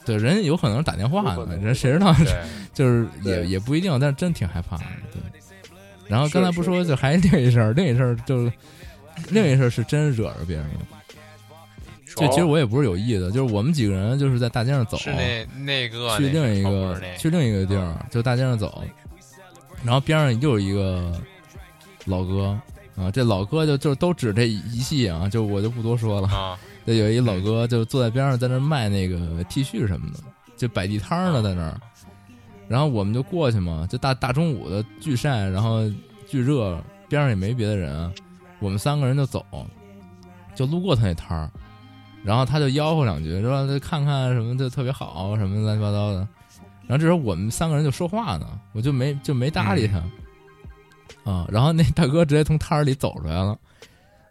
对，人家有可能是打电话
有可
呢，
能
人谁知道？ *laughs*
对，
就是也
对
也不一定，但是真挺害怕的。对。然后
是
刚才不
是
说，
是
就还另一事儿，另一事儿就是另一事儿是真惹着别人了。就其实我也不是有意的，就是我们几个人就是在大街上走，
是那那个
去
那
另一
是后
个
边那
去另一个地儿，就大街上走，然后边上又有一个老哥啊，这老哥就就都指这一系啊，就我就不多说了。
啊
就有一老哥就坐在边上，在那儿卖那个 T 恤什么的，就摆地摊儿呢，在那儿。然后我们就过去嘛，就大大中午的巨晒，然后巨热，边上也没别的人，啊我们三个人就走，就路过他那摊儿，然后他就吆喝两句，说这看看什么就特别好，什么乱七八糟的。然后这时候我们三个人就说话呢，我就没就没搭理他，啊，然后那大哥直接从摊儿里走出来了，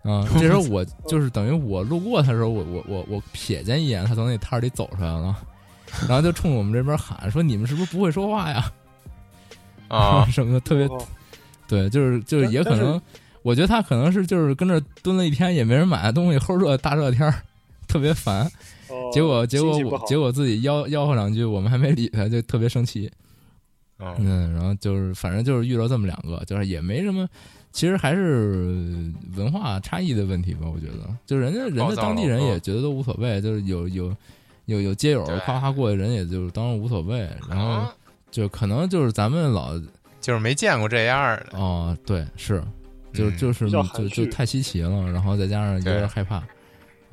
啊，这时候我就是等于我路过他的时候，我我我我瞥见一眼，他从那摊儿里走出来了，然后就冲我们这边喊说：“你们是不是不会说话呀？”
啊
*laughs* 什么的，特别
哦
对，就是就是
但
也可
但是
能，我觉得他可能是就是跟这儿蹲了一天也没人买东西， *laughs* 齁热大热天儿特别烦，
哦
结果结果
心情不
我
好
结果自己吆吆喝两句，我们还没理他，就特别生气。
哦
嗯
嗯，然后就是反正就是遇到这么两个，就是也没什么，其实还是呃文化差异的问题吧，我觉得，就人家人
暴
家
躁
当地
了
人也
嗯
觉得都无所谓，就是有有有有街友
对
夸夸过的人，也就当然无所谓，然后
啊
就可能就是咱们老
就是没见过这样的，
哦，对，是，就
嗯
就是
比较含
就就
蓄
太稀奇了，然后再加上有
对
点害怕，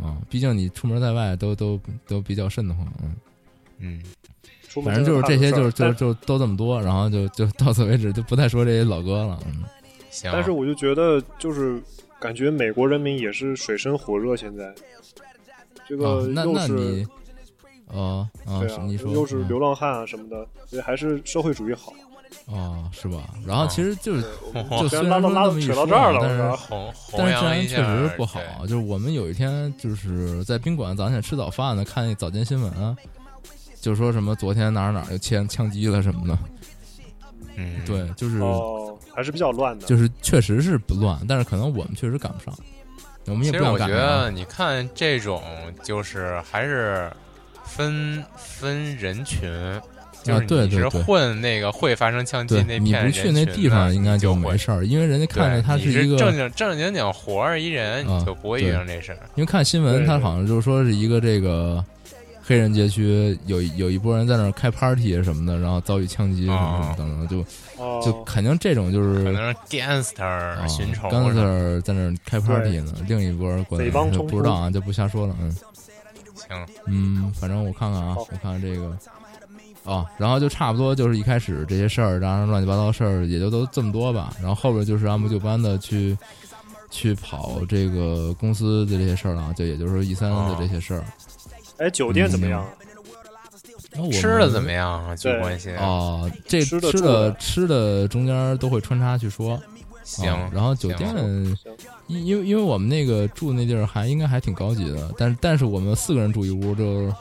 啊，毕竟你出门在外都都都比较慎得慌，嗯。
嗯，
出门
反正就是这
真的
些，
怕
就
有
是
事
就
儿
是就都这么多，然后就就到此为止，就不再说这些老歌了。嗯，
行，
但但
*laughs*
是我就觉得，就是感觉美国人民也是水深火热，现在这
啊
个，
那
呃又
那你
是，
哦啊
对
是
啊，
你说
又是
嗯
流浪汉啊什么的，所以还是社会主义好。
哦，是吧？然后
啊
其实就是
对我们
就
居
虽
然
然
拉到
说
拉到扯到
那么一说啊
这儿了，
但
我
是
说
弘
但
弘
是治
扬
安
一
确
下，
实不好
对。
就是我们有一天就是在宾馆早上起来吃早饭呢，看那早间新闻啊，就说什么昨天哪儿哪儿又枪枪击了什么的。
嗯，
对，就是、
哦，还是比较乱的。
就是确实是不乱，但是可能我们确实赶不上，我们也
其实
不想
我觉
赶上。
得，你看这种就是还是分分人群，就是
啊对
你是
对对
混那个会发生枪击
对
那
你
片
不
人
去那
群
地方
的
应该
你就
没
会。
事儿，因为人家看
对，
着他
你
一个，
正经正经经活儿一人，
啊
你就不会遇上这事儿。
因为看新闻
对
他
对
好像就是说是一个这个黑人街区有有一波人在那儿开 party 什么的，然后遭遇枪击什么什么
哦
等等，就
哦，
就肯定这种就
可
是
能是 gangster
啊
寻仇
刚
什么
才在那儿开 party 呢，另一波过来
匪帮
就
冲
不
突
知道啊，就不瞎说了，嗯。
行，
嗯，反正我看看啊，
好
我看看这个，哦，然后就差不多就是一开始这些事儿，然后乱七八糟事儿也就都这么多吧。然后后边就是按部就班的去去跑这个公司的这些事儿了，就也就是说 E 三
哦
的这些事儿。
哎，酒店怎么样？
那我
吃的
们
怎么样啊？去
对
关心。
哦，这
吃的
吃
住的
的吃的中间都会穿插去说。
行
啊，然后酒
行
店
行，
因因为因为我们那个住那地儿还应该还挺高级的，但但是我们四个人住一屋就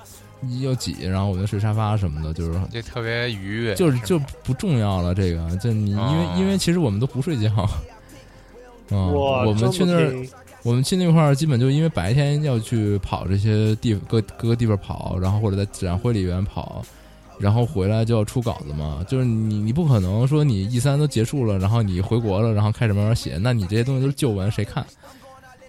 又挤，然后我们睡沙发什么的，就是
就特别愉悦，
就是
吧
就不重要了。这个，就你因
啊
为因为其实我们都不睡觉，嗯，
哇，
我们去那
这么
儿，
拼
我们去那块儿，基本就因为白天要去跑这些地各各个地方跑，然后或者在展会里边跑，然后回来就要出稿子嘛。就是你你不可能说你 E 三都结束了，然后你回国了，然后开始慢慢写，那你这些东西都是旧文，谁看？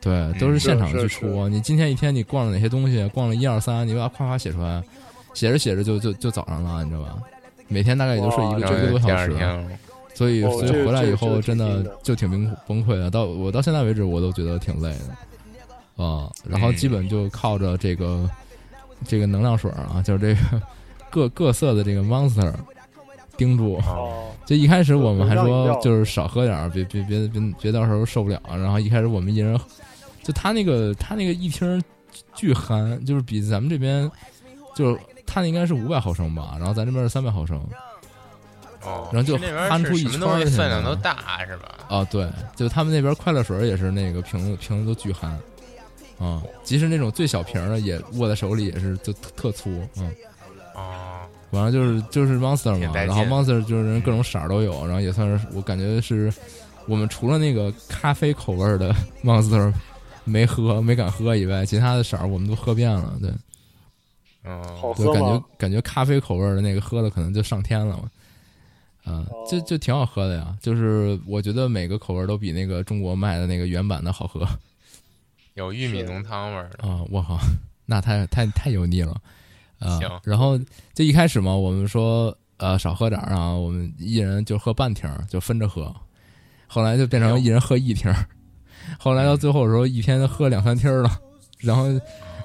对，都是
嗯
现场
是是
去出。啊你今天一天你逛了哪些东西？逛了一二三，你把它夸夸写出来，写着写着就就就早上了，你知道吧？每天大概也就睡一
哇
个
然
一
后
个多
就第
小
二
时，啊
天了
所以
哦
所
这
以
个
回来
这
以
个这
后
个
真
挺
的
拼的
就挺崩崩溃的，到我到现在为止我都觉得挺累的啊。然
嗯
后基本就靠着这个这个能量水儿啊，就是这个各各色的这个 Monster 盯住。
哦，
就一开始我们还
能量饮
说
料
就是少喝点儿，别别别别别到时候受不了。啊然后一开始我们一人，就他那个他那个一听儿巨憨，就是比咱们这边就是他那应该是五百毫升吧，然后咱这边是三百毫升。
哦，
然后就是
那边
憨
是
出一
什么
圈
东
儿
西
去
分量
呢
都大是吧？
啊，对，就他们那边快乐水儿也是那个瓶子瓶子都巨憨，啊，即使那种最小瓶儿的也握在手里也是就特特粗，嗯，完了就是就是 Monster
挺
嘛，
带
然
劲
后 Monster 就是人各种色儿都有，然后也算是我感觉是我们除了那个咖啡口味儿的 *laughs* Monster 没喝没敢喝以外，其他的色儿我们都喝遍了，对，
好
嗯，
就
喝
感觉
吗？
感觉咖啡口味儿的那个喝的可能就上天了嘛，啊、
哦
就就挺好喝的呀，就是我觉得每个口味儿都比那个中国卖的那个原版的好喝啊、
有玉米
是
浓汤味儿的，
我靠，那太太太油腻了啊、
行
然后就一开始嘛，我们说呃少喝点儿啊，我们一人就喝半瓶儿，就分着喝，后来就变成一人喝一
*laughs*
瓶儿，后来到最后的时候一天喝两三听儿了，然后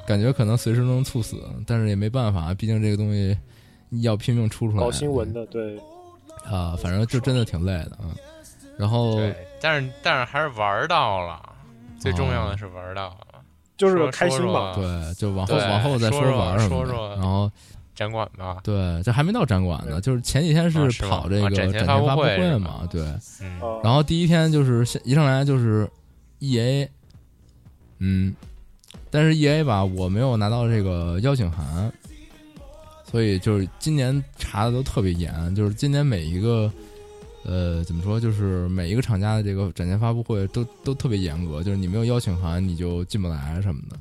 感觉可能随时能猝死，但是也没办法，毕竟这个东西要拼命出出来。
搞新闻的，对，
啊，反正就真的挺累的啊。然后
对，但是但是还是玩儿到了，最重要的是玩儿到了，
就是
说
开心嘛。
说说
对，就往后
哦啊对
往后再
说说
玩什
说
么的。
说
然后
展馆吧，
对，这还没到展馆
对
呢，就是前几天
啊
是
是吗
跑这个
啊展
展
前
前
发布
发布
会
会
是
嘛，对。
嗯，
啊，
然后第一天就是先一上来就是 E A，嗯，但是 E A 吧，我没有拿到这个邀请函，所以就是今年查的都特别严，就是今年每一个呃怎么说，就是每一个厂家的这个展前发布会都都特别严格，就是你没有邀请函你就进不来什么的。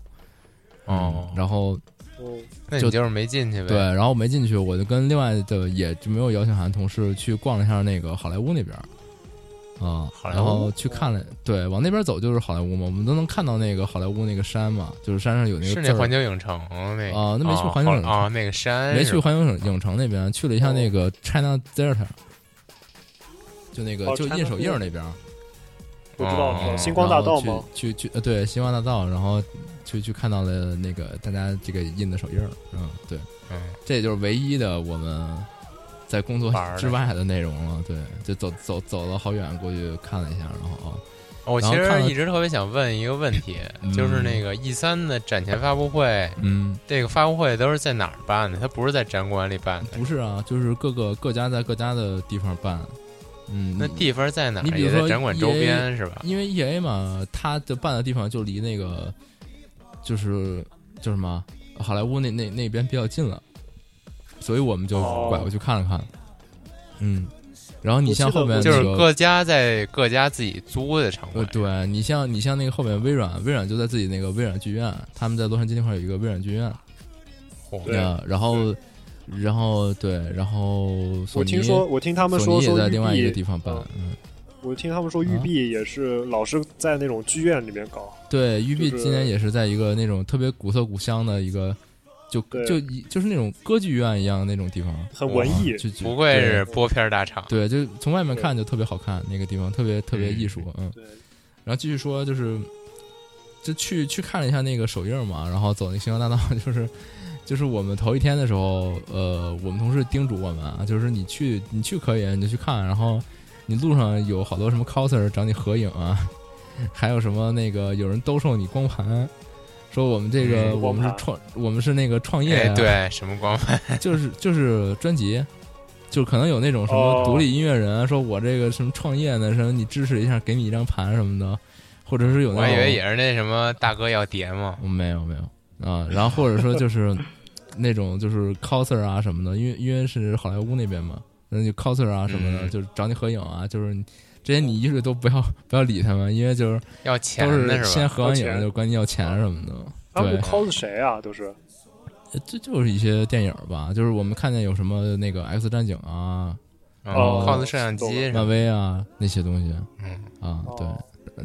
哦
嗯然后
嗯，
那
就
你就是没进去呗，
对，，然后我没进去，我就跟另外的也就没有邀请函同事去逛了一下那个好莱坞那边儿，啊、
好莱坞
然后去看了，对，往那边走就是好莱坞嘛，我们都能看到那个好莱坞那个山嘛，就是山上有那个
是
字
那
儿
环球影城那个
啊那没去环球影城
啊，那个山
没
是
去
吧
环球影影城那边，去了一下那个 China Theater，就那个、
哦
就
China
印手印儿那边儿，
不知道
哦
呃星光大道
然
吗
后？去去去呃对星光大道，然后去去看到了那个大家这个印的手印儿，嗯，对。
嗯，
这也就是唯一的我们在工作
玩儿的
之外的内容了。对，就走走走了好远过去看了一下，然后哦，
我
然
其
后
实
看了
一直特别想问一个问题，
嗯
就是那个 E 三的展前发布会，
嗯，
这个发布会都是在哪儿办的？它不是在展馆里办的，
不是啊，就是各个各家在各家的地方办，嗯，
那地方在哪儿？
你比如
也在
说
展馆周
EA
边是吧？
因为 E A 嘛，它的办的地方就离那个就是就是什么好莱坞那那那边比较近了，所以我们就
哦
拐过去看了看，嗯，然后你
我记
像
得
后面
我
就是
那个
各家在各家自己租的场
呃，
馆，
对你像你像那个后面微软，微软就在自己那个微软剧院，他们在洛杉矶那块儿有一个微软剧院，
嚯
哦对
呃然后然后对，然后索
我
尼
听说，我听他们说
索尼也
说
在
育
另外一个地
碧，
方办
嗯，
嗯，
我听他们说
啊
育碧也是老是在那种剧院里面搞，
对，育碧
就是
今年也是在一个那种特别古色古香的一个，就
对
就一就是那种歌剧院一样的那种地方，
很文艺
啊，就就
不愧是播片儿大厂，
对，对就从外面看就特别好看，那个地方特别特别艺术，嗯，
对，
然后继续说，就是就去去看了一下那个首映嘛，然后走那个星光大道， *laughs* 就是就是我们头一天的时候，呃，我们同事叮嘱我们啊，就是你去你去可以，你就去看，然后你路上有好多什么 coser 找你合影啊， *laughs* 还有什么那个有人兜售你光盘。说我们这个，
嗯
我们是
光盘
创，我们是那个创业、
*laughs* 哎
啊，，
对，什么光环？
就是就是专辑，就可能有那种什么
哦
独立音乐人、啊说，我这个什么创业呢，什么你支持一下，给你一张盘什么的，或者是有那
我还
种嗯
以为也是那什么大哥要碟嘛，
没有没有啊、然后或者说就是 *laughs* 那种就是 coser 啊什么的，因为因为是好莱坞那边嘛，那就 coser 啊什么的，
嗯
就是找你合影啊，就是你这些你一律都不要不要理他们，因为就是
要钱
都
的
是
是
先
吧？
合完
要
影
钱
就管你要钱什么的。
他们
对
cos 谁啊？都是
这就是一些电影吧，就是我们看见有什么那个《X 战警》啊，
嗯
哦
，cos 摄像机什
漫
么
威啊那些东西，
嗯
啊，对
哦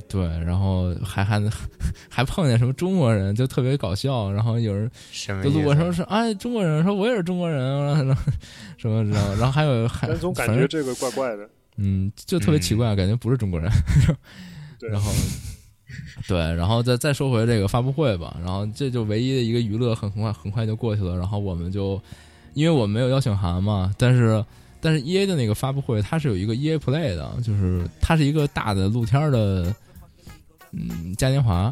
对，然后还还 *laughs* 还碰见什么中国人，就特别搞笑。然后有人
什么
就路过
意思啊
说是哎中国人，说我也是中国人，啊然后什么然后然后还有还
但总感
哎反
觉
正
这个怪怪的。
嗯就特别奇怪，感觉不是中国人。
对
然后对，然后再再说回这个发布会吧，然后这就唯一的一个娱乐，很快很快就过去了。然后我们就因为我们没有邀请函嘛，但是但是 E A 的那个发布会，它是有一个 E A Play 的，就是它是一个大的露天儿的，嗯，嘉年华。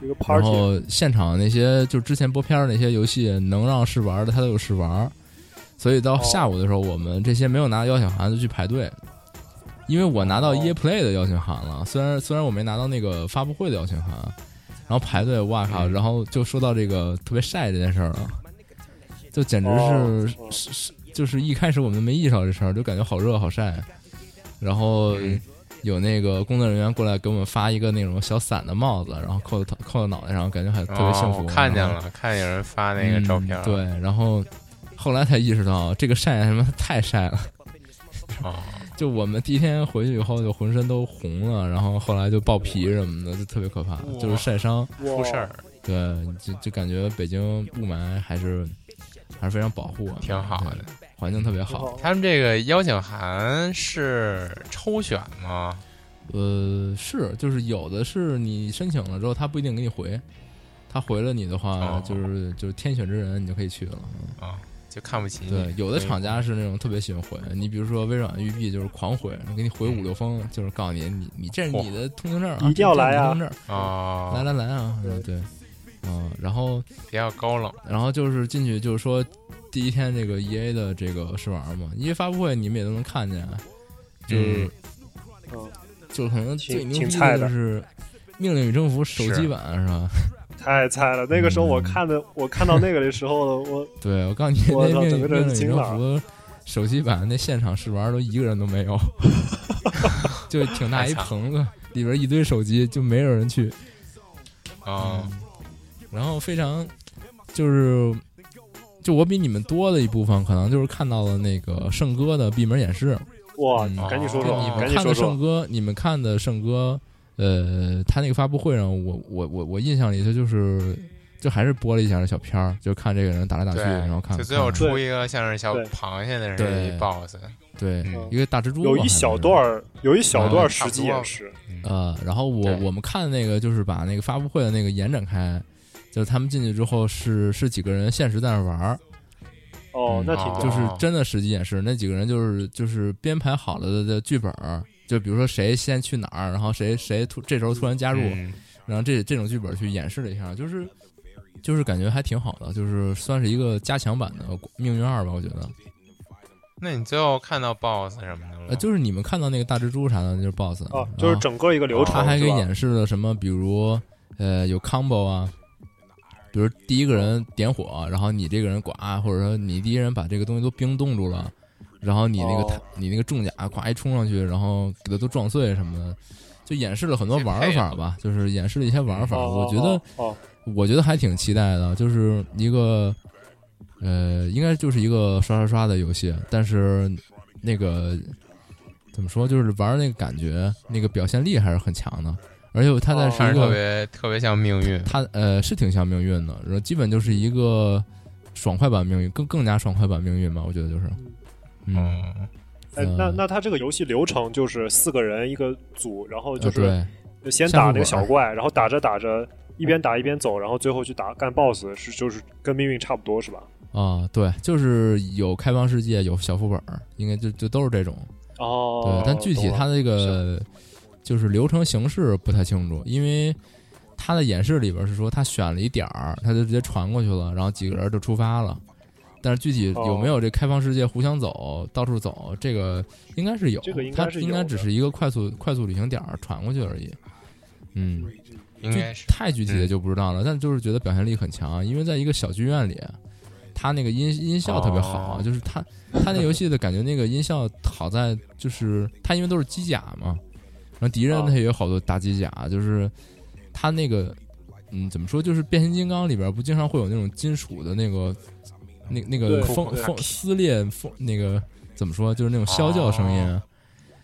一个
然
party，
后现场那些就之前播片儿那些游戏能让试玩的，它都有试玩儿。所以到
哦
下午的时候，我们这些没有拿邀请函的就去排队，因为我拿到
哦
EA Play 的邀请函了，虽然虽然我没拿到那个发布会的邀请函，
嗯
然后排队，哇靠！然后就说到这个特别晒这件事儿了，就简直
哦
是、
嗯
是是，就是一开始我们没意识到这事儿，就感觉好热好晒，然后
嗯
有那个工作人员过来给我们发一个那种小伞的帽子，然后扣在头扣在脑袋上，感觉还特别幸
哦
福。
我看见
然后
了，看见有人发那个照片了
嗯，对，然后后来才意识到这个晒他妈太晒了。
哦，
*laughs* 就我们第一天回去以后，就浑身都红了，然后后来就爆皮什么的，就特别可怕，就是晒伤。
出
出事儿，
对，就就感觉北京雾霾还是还是非常保护我们，
挺好的
对，环境特别好。
他们这个邀请函是抽选吗？
呃，是，就是有的是你申请了之后，他不一定给你回，他回了你的话，
哦
就是就是天选之人，你就可以去了。
啊，就看不起你。
对，有的厂家是那种特别喜欢回，你比如说微软育碧就是狂回，给你回五六封，就是告诉你你你这是你的通行证啊，
一定要来啊
这是你的通行证，
啊，
来来来啊，
对
对，嗯，然后
比较高冷
然后就是进去就是说第一天这个 E A 的这个试玩嘛，E A 发布会你们也都能看见，啊就是、
嗯
嗯
就可能最
挺
牛
挺
逼
菜
就
的
是《命令与征服》手机
是
版是吧？
太菜了。那个时候
嗯
我看的，我看到那个的时候，我
*laughs* 对，我告诉你，
我
那
操
命
整
令
个人
命令与
惊
征
了
服手机版那现场试玩都一个人都
*laughs*
没有，就挺大一棚子，里边一堆手机，就没有人去。
啊，
然后非常就是，就我比你们多的一部分，可能就是看到了那个圣哥的闭门演示。
哇
嗯，
赶紧说
就
说
你，
哦
赶
们
紧说
看
啊说
的圣。哥，你们看的圣哥，呃，他那个发布会上，我我我我印象里头就是。就还是播了一下那小片儿，就看这个人嗯打来打去，
对，
然后看
就最后
看
出一个像是小
对
螃蟹的人
对
一 boss，
对
嗯
一个大蜘蛛吧，
有一小段儿，有一小段
嗯
儿实
差
际
不多啊
演示，
呃，然后我
对
我们看的那个就是把那个发布会的那个延展开，就是他们进去之后是是几个人现实在那玩儿，
哦
嗯，
那挺
哦
就
屌
是真的实际演示。那几个人就是就是编排好了的的剧本儿，就比如说谁先去哪儿，然后谁谁突这时候突然加入，
嗯
然后这这种剧本去演示了一下，就是就是感觉还挺好的，就是算是一个加强版的《命运二》吧，我觉得。
那你最后看到 boss 什么的
呃，
吗？
就是你们看到那个大蜘蛛啥的，就是 BOSS，
哦，
然
就是
后
整个一个流
他
程
还
是
给
吧？
演示了什么，比如呃有 combo 啊，比如第一个人点火，然后你这个人呱，或者说你第一人把这个东西都冰冻住了，然后你那个、
哦
你那个重甲呱一冲上去，然后给它都撞碎什么的，就演示了很多
这
玩
配
法吧，就是演示了一些玩法。
哦
我觉得
哦哦，
我觉得还挺期待的，就是一个呃，应该就是一个刷刷刷的游戏，但是那个怎么说，就是玩儿那个感觉，那个表现力还是很强的，而且它在
哦
是
看
一
着特
个，
别特别像命运，
它呃是挺像命运的，然后基本就是一个爽快版命运，更更加爽快版命运吧，我觉得就是，嗯，
嗯，
哎，那
嗯
那他这个游戏流程就是四个人一个组，然后就
呃
是
对
就先
下
打
副
那个
本
小怪，然后打着打
嗯
着一边打一边走，然后最后去打干 BOSS，是就是跟命运差不多是吧？
啊、对，就是有开放世界，有小副本儿，应该就就都是这种。
哦，
对，但具体
懂了
它这个就是流程形式不太清楚，因为它的演示里边是说他选了一点儿，他就直接传过去了，然后几个人就出发了。但是具体有没有这开放世界互相走、到处走，这个应该是有，
这个应该
它
是
应该
有
只
的
是一个快速快速旅行点儿传过去而已。嗯，
应
具
该是
太具体的
嗯
就不知道了，但就是觉得表现力很强，啊因为在一个小剧院里，它那个音音效特别好，啊
哦
就是它它那游戏的感觉，那个音效好在就是它因为都是机甲嘛，然后敌人
哦
他也有好多打机甲，啊就是它那个嗯怎么说，就是变形金刚里边不经常会有那种金属的那个那那个
对
风
对
风撕裂风那个怎么说，就是那种啸叫声音，啊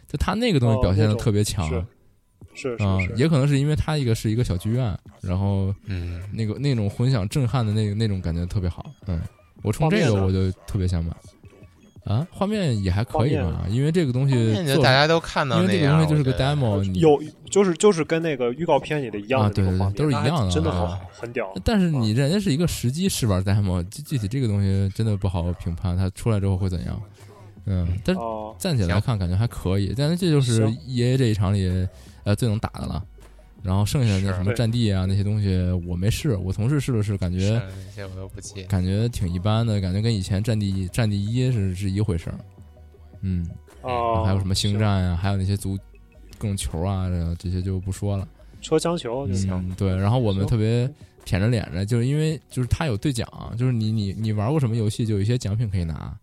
就它那个东西
哦
表现
那
的
种
特别强。
是是
啊、
是是，
也可能是因为它一个是一个小剧院，然后
嗯，
那个那种混响震撼的那个那种感觉特别好。嗯，我冲这个
画面呢
我就特别想买啊，画面也还可以
画面
吧，因为这个东西
那你就
做
大家都看到
因为
那
这个
样，
东西就是
我
个
觉得
demo，你
有就是就是跟那个预告片里的一样的
啊
那个
对对对
画面
都是一
那还
样的
真的
啊
好很屌。
但
啊
是你人家是一个实机试玩 demo，具具体这个东西真的不好评判，它出来之后会怎样？嗯，但是
哦，
站起来看感觉还可以，但是这就是
行
E A 这一场里呃最能打的了。然后剩下的那
是
什么
对
战地啊那些东西我没试，我同事试了试，感觉
是那些我都不记，
感觉挺一般的，感觉跟以前《战地一战地一》是是一回事儿。嗯，
哦，
还有什么星
行
战啊，还有那些足各种球啊，这这些就不说了。
车厢球就
嗯
行，，
对。然后我们特别舔着脸着，就是因为就是它有兑奖，就是你你你玩过什么游戏，就有一些奖品可以拿，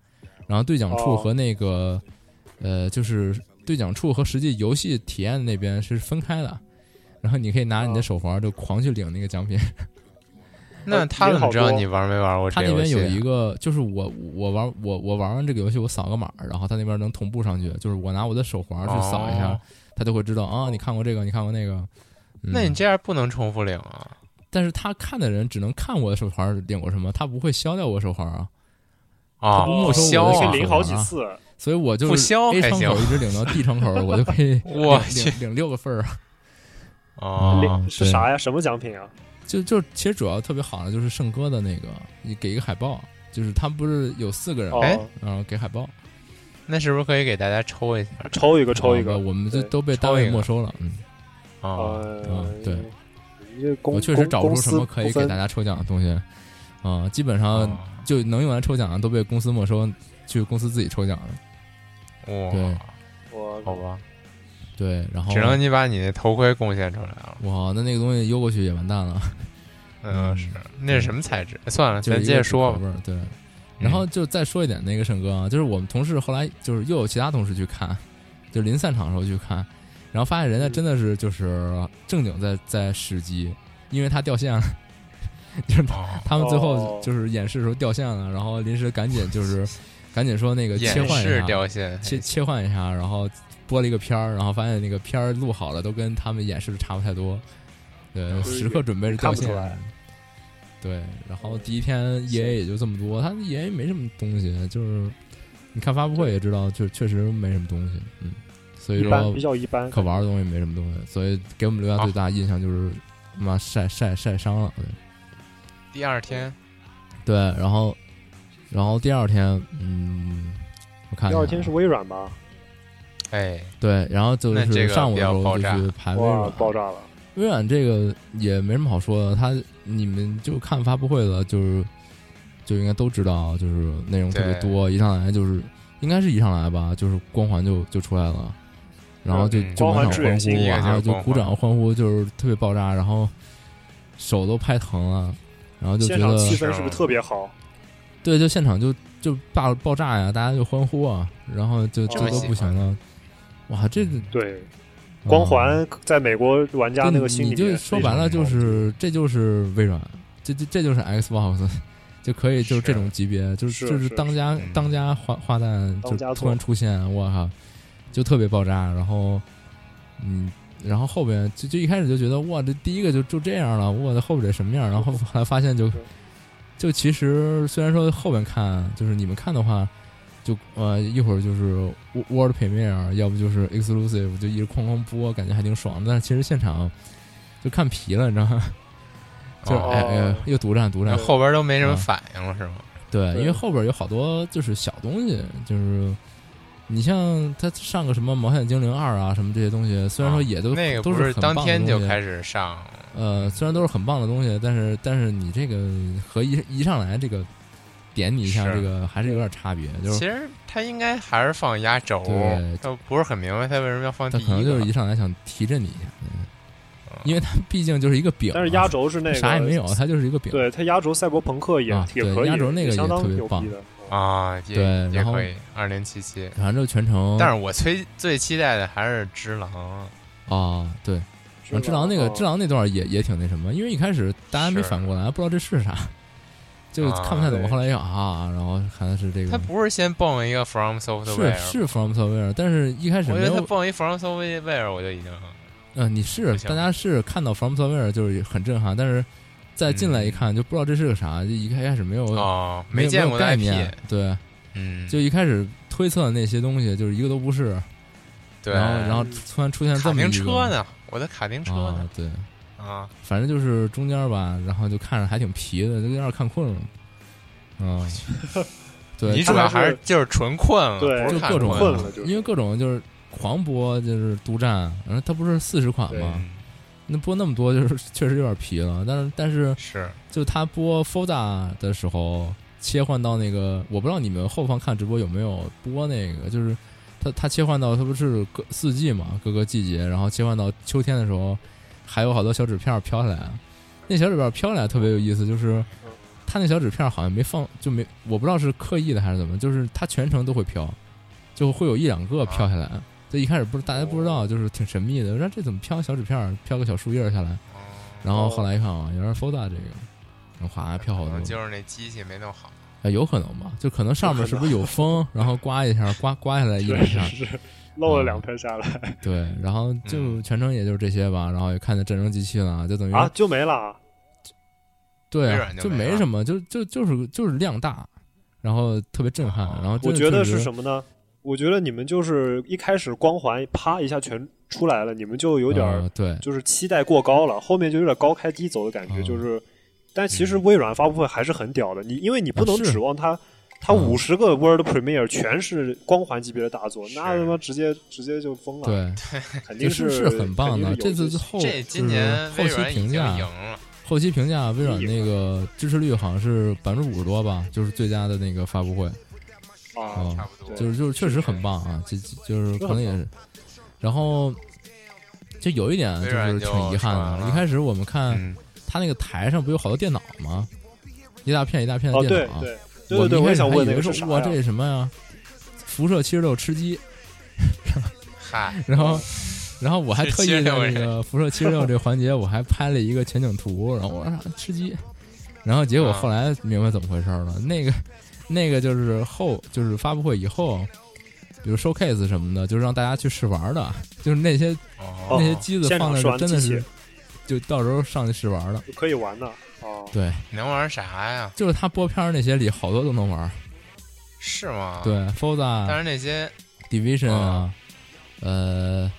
然后兑奖处
哦
和那个、呃就是兑奖处和实际游戏体验那边是分开的，然后你可以拿你的
哦
手环就狂去领那个奖品。
那他怎么知道
也好多
你玩没玩过
它
这
那
游
边
戏？啊
有一个，就是我我玩我我玩完这个游戏，我扫个码，然后它那边能同步上去，就是我拿我的手环去扫一下
哦，
它就会知道啊，你看过这个，你看过那个。嗯
那你这样不能重复领啊！
但是他看的人只能看我的手环领过什么，他不会消掉我手环啊，
啊，
不没收
消
我
可
啊！
以哦
的手
领好几次，
所以我就
不
是
消
A
还
窗口
行
一直领到 D 窗口，我就
*laughs*
可以
我
领
去
领领六个份儿啊。
哦
领，是
啊对
啥呀？什么奖品啊？
就就其实主要特别好的就是圣哥的那个，你给一个海报，就是他们不是有四个人，
哦
哎，
然后给海报，
那是不是可以给大家抽一下
抽一个，抽一
然
个
后。我们就
对
都被
抽
单
一
位
个
没收了。嗯，
啊？
呃
嗯，对，
这公
我确实找不
公
出什么可以给
家。
大家抽奖的东西，啊、基本上
哦
就能用来抽奖的都被公司没收，去公司自己抽奖了。对嗯
哇，
我
好吧，
对，然后
只能你把你那头盔贡献出来了。
哇，那那个东西邮过去也完蛋了，
嗯，是，那是什么材质？算了，
就是
咱
一
接着
个
说
口
吧。
味儿对，然后就再说一点那个盛哥啊，就是我们同事后来就是又有其他同事去看，就临散场的时候去看，然后发现人家真的是就是正经在在试机，因为他掉线了， *laughs* 就是他
哦
他们最后
哦
就是演示的时候掉线了，然后临时赶紧就是赶紧说那个 *laughs* 切
演
换
示
一下，
掉
哎
线，哎
切切换一下，然后播了一个片儿，然后发现那个片儿录好了都跟他们演示的差不太多，对，
就是
时刻准备着掉
看不出
线
来。哦
对，然后第一天 E A 也就这么多，他 E A 没什么东西，就是你看发布会也知道，就确实没什么东西，嗯，所以
一般啊
说
比较一般，
可玩的东西没什么东西，所以给我们留下最大印象就是，妈晒晒晒伤了，对。
第二天
对，然后，然后第二天，嗯，我看一
第
下啊
二天是微软吧？
哎，
对，然后就
那这
是
个
上午的时
比较
候
爆
就
炸
去排啊微
哇，
软，
爆炸了！
微软这个也没什么好说的，它你们就看发布会了，就是就应该都知道，就是内容特别
对
多，一上来就是应该是一上来吧，就是光环就就出来了，然后就、
嗯
就
光环
满
致啊
场
远
欢
星
呼，
应该
然后
就是
就
光
鼓掌
环
欢呼，就是特别爆炸，然后手都拍疼了，然后就觉
现场
得
气氛是不是特别好？
对，就现场就就爆爆炸呀，大家就欢呼啊，然后就
这
就
么
都
喜
不行了。哇，这个
对，嗯光环在美国玩家
嗯对
那个心里
你
面
就
非常高，
说白了就是这就是微软，这这这就是 Xbox，就可以就是
是
这种级别，就是
是
就是
是
当家
嗯
当家花花旦
当家做
就突然出现，我靠，就特别爆炸。然后嗯，然后后边就就一开始就觉得哇，这第一个就就这样了，我的后边得什么样？然后后来发现就就其实虽然说后边看就是你们看的话。就呃一会儿就是 Wo- World Premiere，要不啊就是 Exclusive，就一直哐哐播，感觉还挺爽的。但是其实现场就看皮了，你知道吗？ *laughs* 就
哦
哎哎呀，又独占独占
那。后边都没什么
嗯
反应了，是吗？
对，
对
因为后边有好多就是小东西，就是你像他上个什么《毛线精灵二》啊，什么这些东西，虽然说
啊
也都
那个
都
不
是很
当
棒的
天就
东西
开始上，
呃，虽然都是很棒的东西，但是但是你这个和一一上来这个点你一下，
是
这个还是有点差别，就是
其实他应该还是放压轴
对，
他不是很明白他为什么要放
他
第
可能
一
就是一
个。
上来想提振你一下，嗯因为他毕竟就是一个饼嘛，
但是压轴是那个
啊啥也没有，他就是一个饼。
对他压轴赛博朋克也
啊
也
对
可以，
压轴那个也
相当
特别
牛
棒
逼的。
啊，也
对
也
然后嗯
可以，二零七七。
反正就全程，
但
是
是我最最期待的还是只狼，
啊，对，
是
然后
吧
只狼那个
哦
只狼那段也也挺那什么，因为一开始大家没
是
反过来，不知道这是啥， *laughs* 就
啊
看不太懂。
对
后来一啊，然后看的是这
他
个
不是先蹦一个 From Software，
是是 From Software，但是一开始
啊我
没
觉得他
有，
蹦一 From Software 我就已经
嗯，你是
不行
大家是看到 From Software 就是很震撼，但是再进来一看就不知道这是个啥，就一开开始没有
嗯哦
没有
见过
没
的
有概
IP，
念，对，
嗯，
就一开始推测的那些东西就是一个都不是，
对，
然后然后突然出现
卡
这么一
丁
个
车呢，我的卡丁车
啊
呢，
对，
啊，
反正就是中间吧，然后就看着还挺皮的，就有点看困了，嗯，
*laughs*
对，
你
就
主要还
还
是
是
就是纯困了，
对
不
就是
看
各种
困
困了就是
因为各种就是狂播，就是独占，然后它不是四十款吗？
嗯
那播那么多就是 *laughs* 确实有点皮了，但是但是
是
就他播 Foda 的时候，切换到那个，我不知道你们后方看直播有没有播那个，就是他他切换到他不是各四季嘛，各个季节，然后切换到秋天的时候，还有好多小纸片儿飘下来，那小纸片飘起来特别有意思，就是
嗯
它那小纸片好像没放，就没我不知道是刻意的还是怎么，就是它全程都会飘，就会有一两个飘下来。就一开始不是大家不知道，就是挺神秘的。我说这怎么飘小纸片儿，飘个小树叶儿下来？然后后来一看啊，原来 Foda 这个，然后哗飘好
可
多
能，就是那机器没弄好。
哎有可能吧？就可能上面是不是有风，然后刮一下，刮刮下来一两
对，
下，
是是，漏了两片下来
对，然后
嗯
就全程也就是这些吧，然后也看见战争机器了，就等于
啊，就没了啊。
对
微
啊，
软就
就
没
没
了
什么，就就就是就是量大，然后特别震撼，
哦
然后
我
真的
觉得
确
是
实
什么呢？我觉得你们就是一开始光环啪一下全出来了，你们就有点儿
呃对，
就是期待过高了，后面就有点高开低走的感觉，
嗯
就是，但其实微软发布会还是很屌的，你因为你不能
啊是
指望它，它
嗯
五十个 World Premiere 全是光环级别的大作，那
是
他妈直接直接就疯了，，
对，
肯定
就是是很棒的。
肯定
这
是有
次
些
后
这
就
今
是
年
后
微
期
软已
评
经赢
价，
了，
后期评价微
*laughs*
软那个支持率好像是百分之五十多吧，就是最佳的那个发布会，
啊，
嗯
哦差不多。
就是就是确实很棒啊，这这就是可能也是，然后就有一点就
微
是
软
挺
就
遗憾
传
的，
了
一开始我们看。
嗯，
他那个台上不有好多电脑吗？一大片一大片
哦
的
对
电脑。
对
啊我
对对对，
们一
我
开
也
始
想
还
问
以
那
为
个是
说
啥
哇，
呀
这？是什么呀？辐射七十六吃鸡。
嗨，
*laughs* 然后，然后我还
这
特意在
76
那个辐射七十六这个环节，我还拍了一个全景图，然后我说啊吃鸡。然后结果
啊
后来明白怎么回事了，那个那个就是后就是发布会以后，比如 showcase 什么的，就是让大家去试玩的，就是那些、
哦
那些机子
现
放
场
那
试
儿
玩
真的
机器
是，就到时候上去试玩的。
可以玩的啊，
对，
能玩啥呀？
就是他播片儿那些里好多都能玩儿，
是吗？，
对啊 f o l d
但
a
是那些
Division 啊，呃，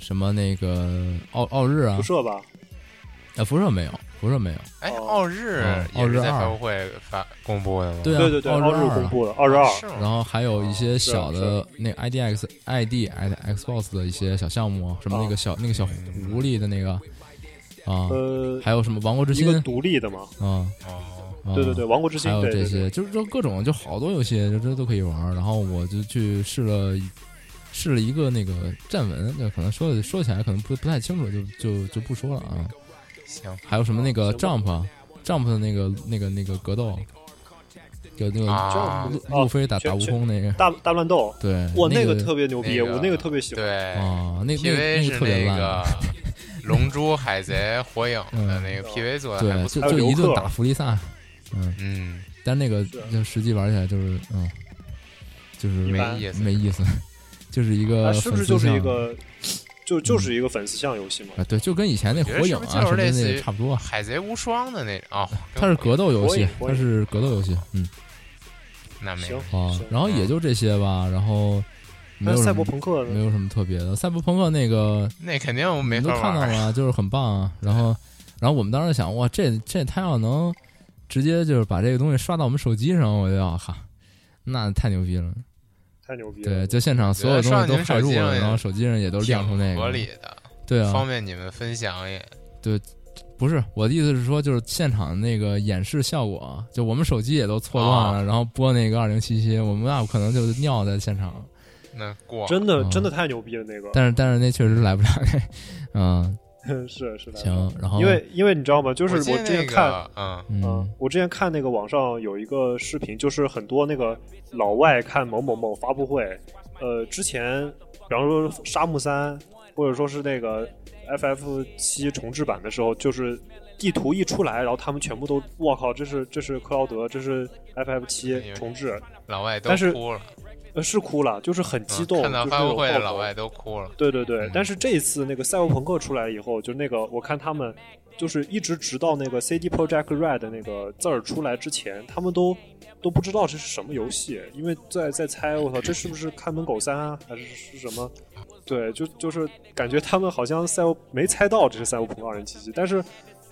什么那个奥奥日啊
辐，射吧，
呃，辐射没有，辐射没有，
哎，
哦
奥日
嗯
也是在
奥日二
发布会发公布的吗？
对啊
对对对，
奥
奥
日
日
二
公
啊
布了二十二，
是
然
吗？
后还有一些
是
小
啊
的那 IDX、ID、Xbox 的一些小项目，啊什么那个小那个小狐狸的那个啊，
啊呃，
还有什么王国之
一
心
个独立的嘛，
啊，
哦，
啊
对对对，王国之
还
心，
有
对
这
对
些，
对，
就是说各种就好多游戏，就这都可以玩儿。然后我就去试了，试了一个那个站文，就可能说说起来可能不不太清楚，就就就不说了啊。
行，
还有什么那个 Jump 啊 Jump 的那个那个那个格斗，就那
啊
个路
哦
路飞打
全
打悟空那个，
大大乱斗，
对，
哇，
那
那个特别牛逼，
那个
我那个特别喜欢。
对
啊，那个那
，PV
个那
是
个特别
那
烂啊
个。龙珠、海贼、火影的
嗯
那个 PV 做的还
对，
不
就
错，
还有
就一
游
顿
客
打弗利萨，
嗯，
但那个
是
就实际玩起来就是，嗯，就是
一
没
般
意思，
没意思， *laughs* 就是一
啊，
个
是不
呃粉
是
丝
就是一
向嗯
个，就就是一个粉丝向游戏嘛？
啊，对，就跟以前那
我觉得
火
是
影
不
啊
是
什
就是
么的
类似
那
于
差不多。
海贼无双的那种哦，跟
*laughs* 它是
我
格斗游
火
戏
影，
它
火影
是格斗游戏，嗯
那没
行
有，
啊
是，嗯
然后也就这些吧，然后
那
没有
赛
什
博
么
朋克
没
呢？
有什么特别的。赛博朋克那个
那肯定
你
没
都
法
看到
玩。
了，就是很棒啊。然后，然后我们当时想，哇，这这他要能直接就是把这个东西刷到我们手机上，我就要哈，那太牛逼了。
太牛逼
对，
了！
就现场所有
觉得
东西都
上
摄
你们手机
入
上
了，
也
然后手机上也都亮出那
挺合
个
理，的，
对啊，
方便你们分享也。
不是我的意思是说，就是现场那个演示效果，就我们手机也都错乱
哦
了，然后播那个二零七七，我们那可能就尿在现场，
那过
真的
嗯
真的太牛逼了那个，
但是但是那 *laughs* 确实来不了，嗯，
*laughs* 是是的。
行，然后
因为因为你知道吗？就是
我记得
之
那
前看，
个，嗯，
嗯
嗯，我之前看那个网上有一个视频，就是很多那个老外看某某某发布会，呃，之前比方说《沙漠三》，或者说是那个 FF 七重置版的时候，就是地图一出来，然后他们全部都，我靠，这是这是克劳德，这是 FF
哎
七重置，
老外都
但是
哭了，
呃，是哭了，就是很激
嗯
动，
看到
就是
发
那
布
种
会的
爆
老
头
外都哭了。
对对对
嗯，
但是这一次那个赛博朋克出来以后，就那个我看他们就是一直直到那个 CD Project Red 那个字儿出来之前，他们都都不知道这是什么游戏，因为在在猜，我操，这是不是看门狗三啊，还是是什么？对，就就是感觉他们好像赛博没猜到这是赛博朋克二零七七，但是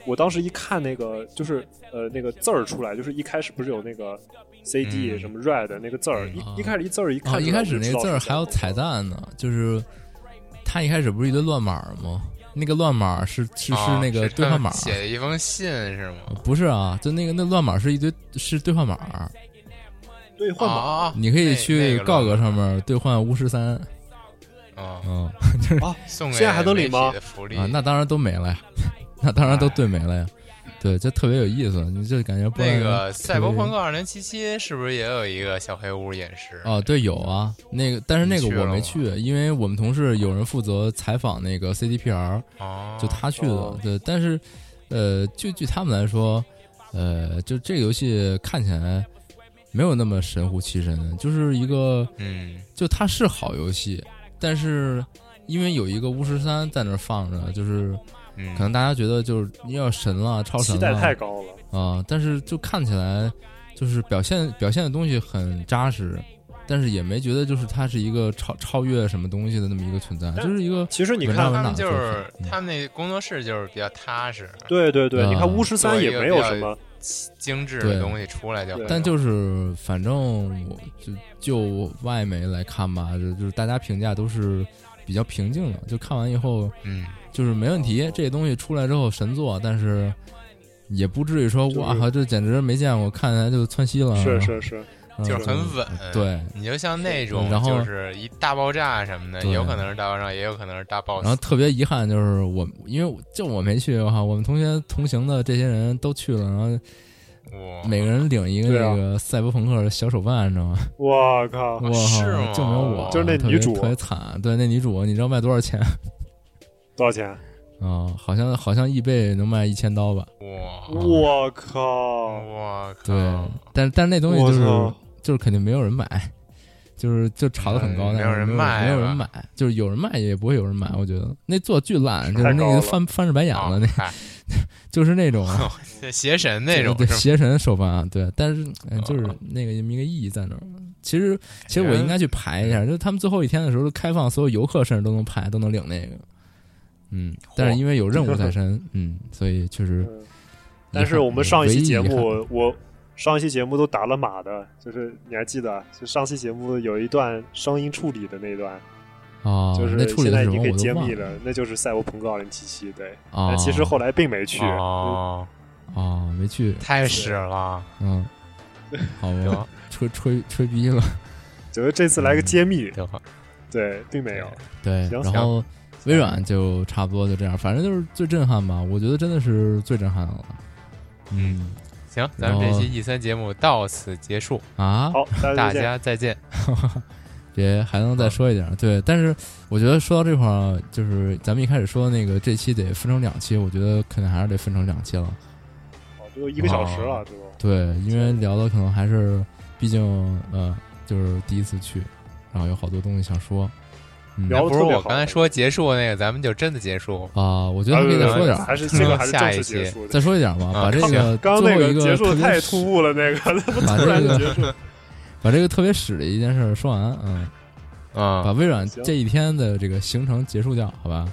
我当时一看那个就是呃那个字儿出来，就是一开始不是有那个 CD
嗯
什么 Red 那个字儿，
啊
一一开始一字儿一
啊，
看
一
出来
开
我就
始那
知
个
道
字
是
儿
赛
还
博朋
有
克
彩蛋呢，就是他一开始不是一堆乱码吗？那个乱码是是是
啊
那个
他
兑换
们
码，
写的一封信是吗？
不是啊，就那个那乱码是一堆是兑换码，
对换码
啊，
你可以
那
去告格，上
那
面兑换巫师三，
个啊，
嗯。啊
啊，
送给
现在还能领
媒体
吗
的福利
*laughs* 啊，那当然都没了呀，那当然都兑没了呀。对，就特别有意思，你就感觉波兰
哎那
人
个《赛博朋
特
克二零七七》是不是也有一个小黑屋演示？
别。哦，对，有啊，那个，但是那个
你去了
我没
吗
去，因为我们同事有人负责采访那个 CDPR，
哦，
就他去的。
哦
对，但是，呃，就据他们来说，呃，就这个游戏看起来没有那么神乎其神，就是一个，
嗯，
就它是好游戏，但是因为有一个巫师三在那儿放着，就是
嗯
可能大家觉得就是要神了，超神
期
了，
待太高了。
啊、但是就看起来就是表现表现的东西很扎实，但是也没觉得就是它是一个超超越什么东西的那么一个存在，
但
就是一个
其实你
文章
看
文，
他们就是
嗯
他们那工作室就是比较踏实，
对对对，
嗯
你看巫师三也没有什么，
精致
对
的东西出来就好了，
但就是反正我就就外媒来看吧，就就是大家评价都是比较平静的，就看完以后
嗯，
就是没问题，这些东西出来之后神作，但是。也不至于说
就是
哇，这简直没见过，看起来就窜稀了。
是是是，
嗯，
就是很稳。
对，嗯
你就像那种，
然后
就是一大爆炸什么的，
对
有可能是大爆炸，也有可能是大 boss。
然后特别遗憾就是我，因为我就我没去，我靠，我们同学同行的这些人都去了，然后
哇，
每个人领一个
对啊
那个赛博朋克的小手办，你知道吗？
我靠，
我
是
靠，
吗
就没有我，
就是那
特别
女主
特别惨，对，那女主你知道卖多少钱？啊、
多少钱？
好像好像易贝能卖一千刀吧？嗯
哇，
我靠，
我靠！
对，但但是那东西
我
就是
操，
就是肯定没有人买，就是就炒得很高，
嗯没
但是
有人卖
没有人
吧
买，就是有人卖也不会有人买，我觉得那做巨烂，就是那
太高
个
了
翻翻着白眼了，
哦
那
嗨
就是那种。啊
这邪神那种
对
是吧
邪神手办啊，对，但是、呃、就是
哦
啊
那个有一个意义在那儿。其实，其实
哎
我应该去排
嗯
一下，就是他们最后一天的时候开放，所有游客甚至都能排，都能领那个。嗯，但是因为有
*laughs*
任务在身，嗯，所以确实遗憾。
嗯但是我们上一
嗯唯
期
遗
节
遗憾
目，我上一期节目都打了码的，就是你还记得啊？就上期节目有一段声音处理的那一段，
哦，
就是
那处理
现
的
在
是
已经可以
什么我
揭
都忘
秘
了。
了，那就是《赛博朋克2077》对，
哦
但，其实后来并没去，
哦，
哦没去，
太屎了！
*laughs*
嗯，好吧
行，
吹吹吹逼了，
就是这次来个揭秘，
就
对，并没有。
对，
行
然后。微软就差不多就这样，反正就是最震撼吧，我觉得真的是最震撼的了。嗯
行，咱们这期 E 三节目到此结束，
啊，
好，大
大
家
家再见。
别还能再说一点儿，对。但是我觉得说到这块儿，就是咱们一开始说那个这期得分成两期，我觉得可能还是得分成两期了。
哦都一个小时了，这都
对，因为聊的可能还是，毕竟呃，就是第一次去，然后有好多东西想说。嗯
聊
啊、
得
不是
特别
我
好
刚才说结束那个，咱们就真的结束。
啊我觉得还可以再说点
呃还
儿，
是这个还是正
下一
式
期
结束的
*laughs* 再。说一点儿吧，
啊
把这个
刚刚
呃最
那
后一
个结束
特
得
别
太
屎
突兀了，那
*laughs*
个怎么
把
突
这
然就结
个
束
*laughs*
了？
把这个特别屎的一件事儿说完，嗯，把
嗯，
微软
行
这一天的这个行程结束掉，好吧？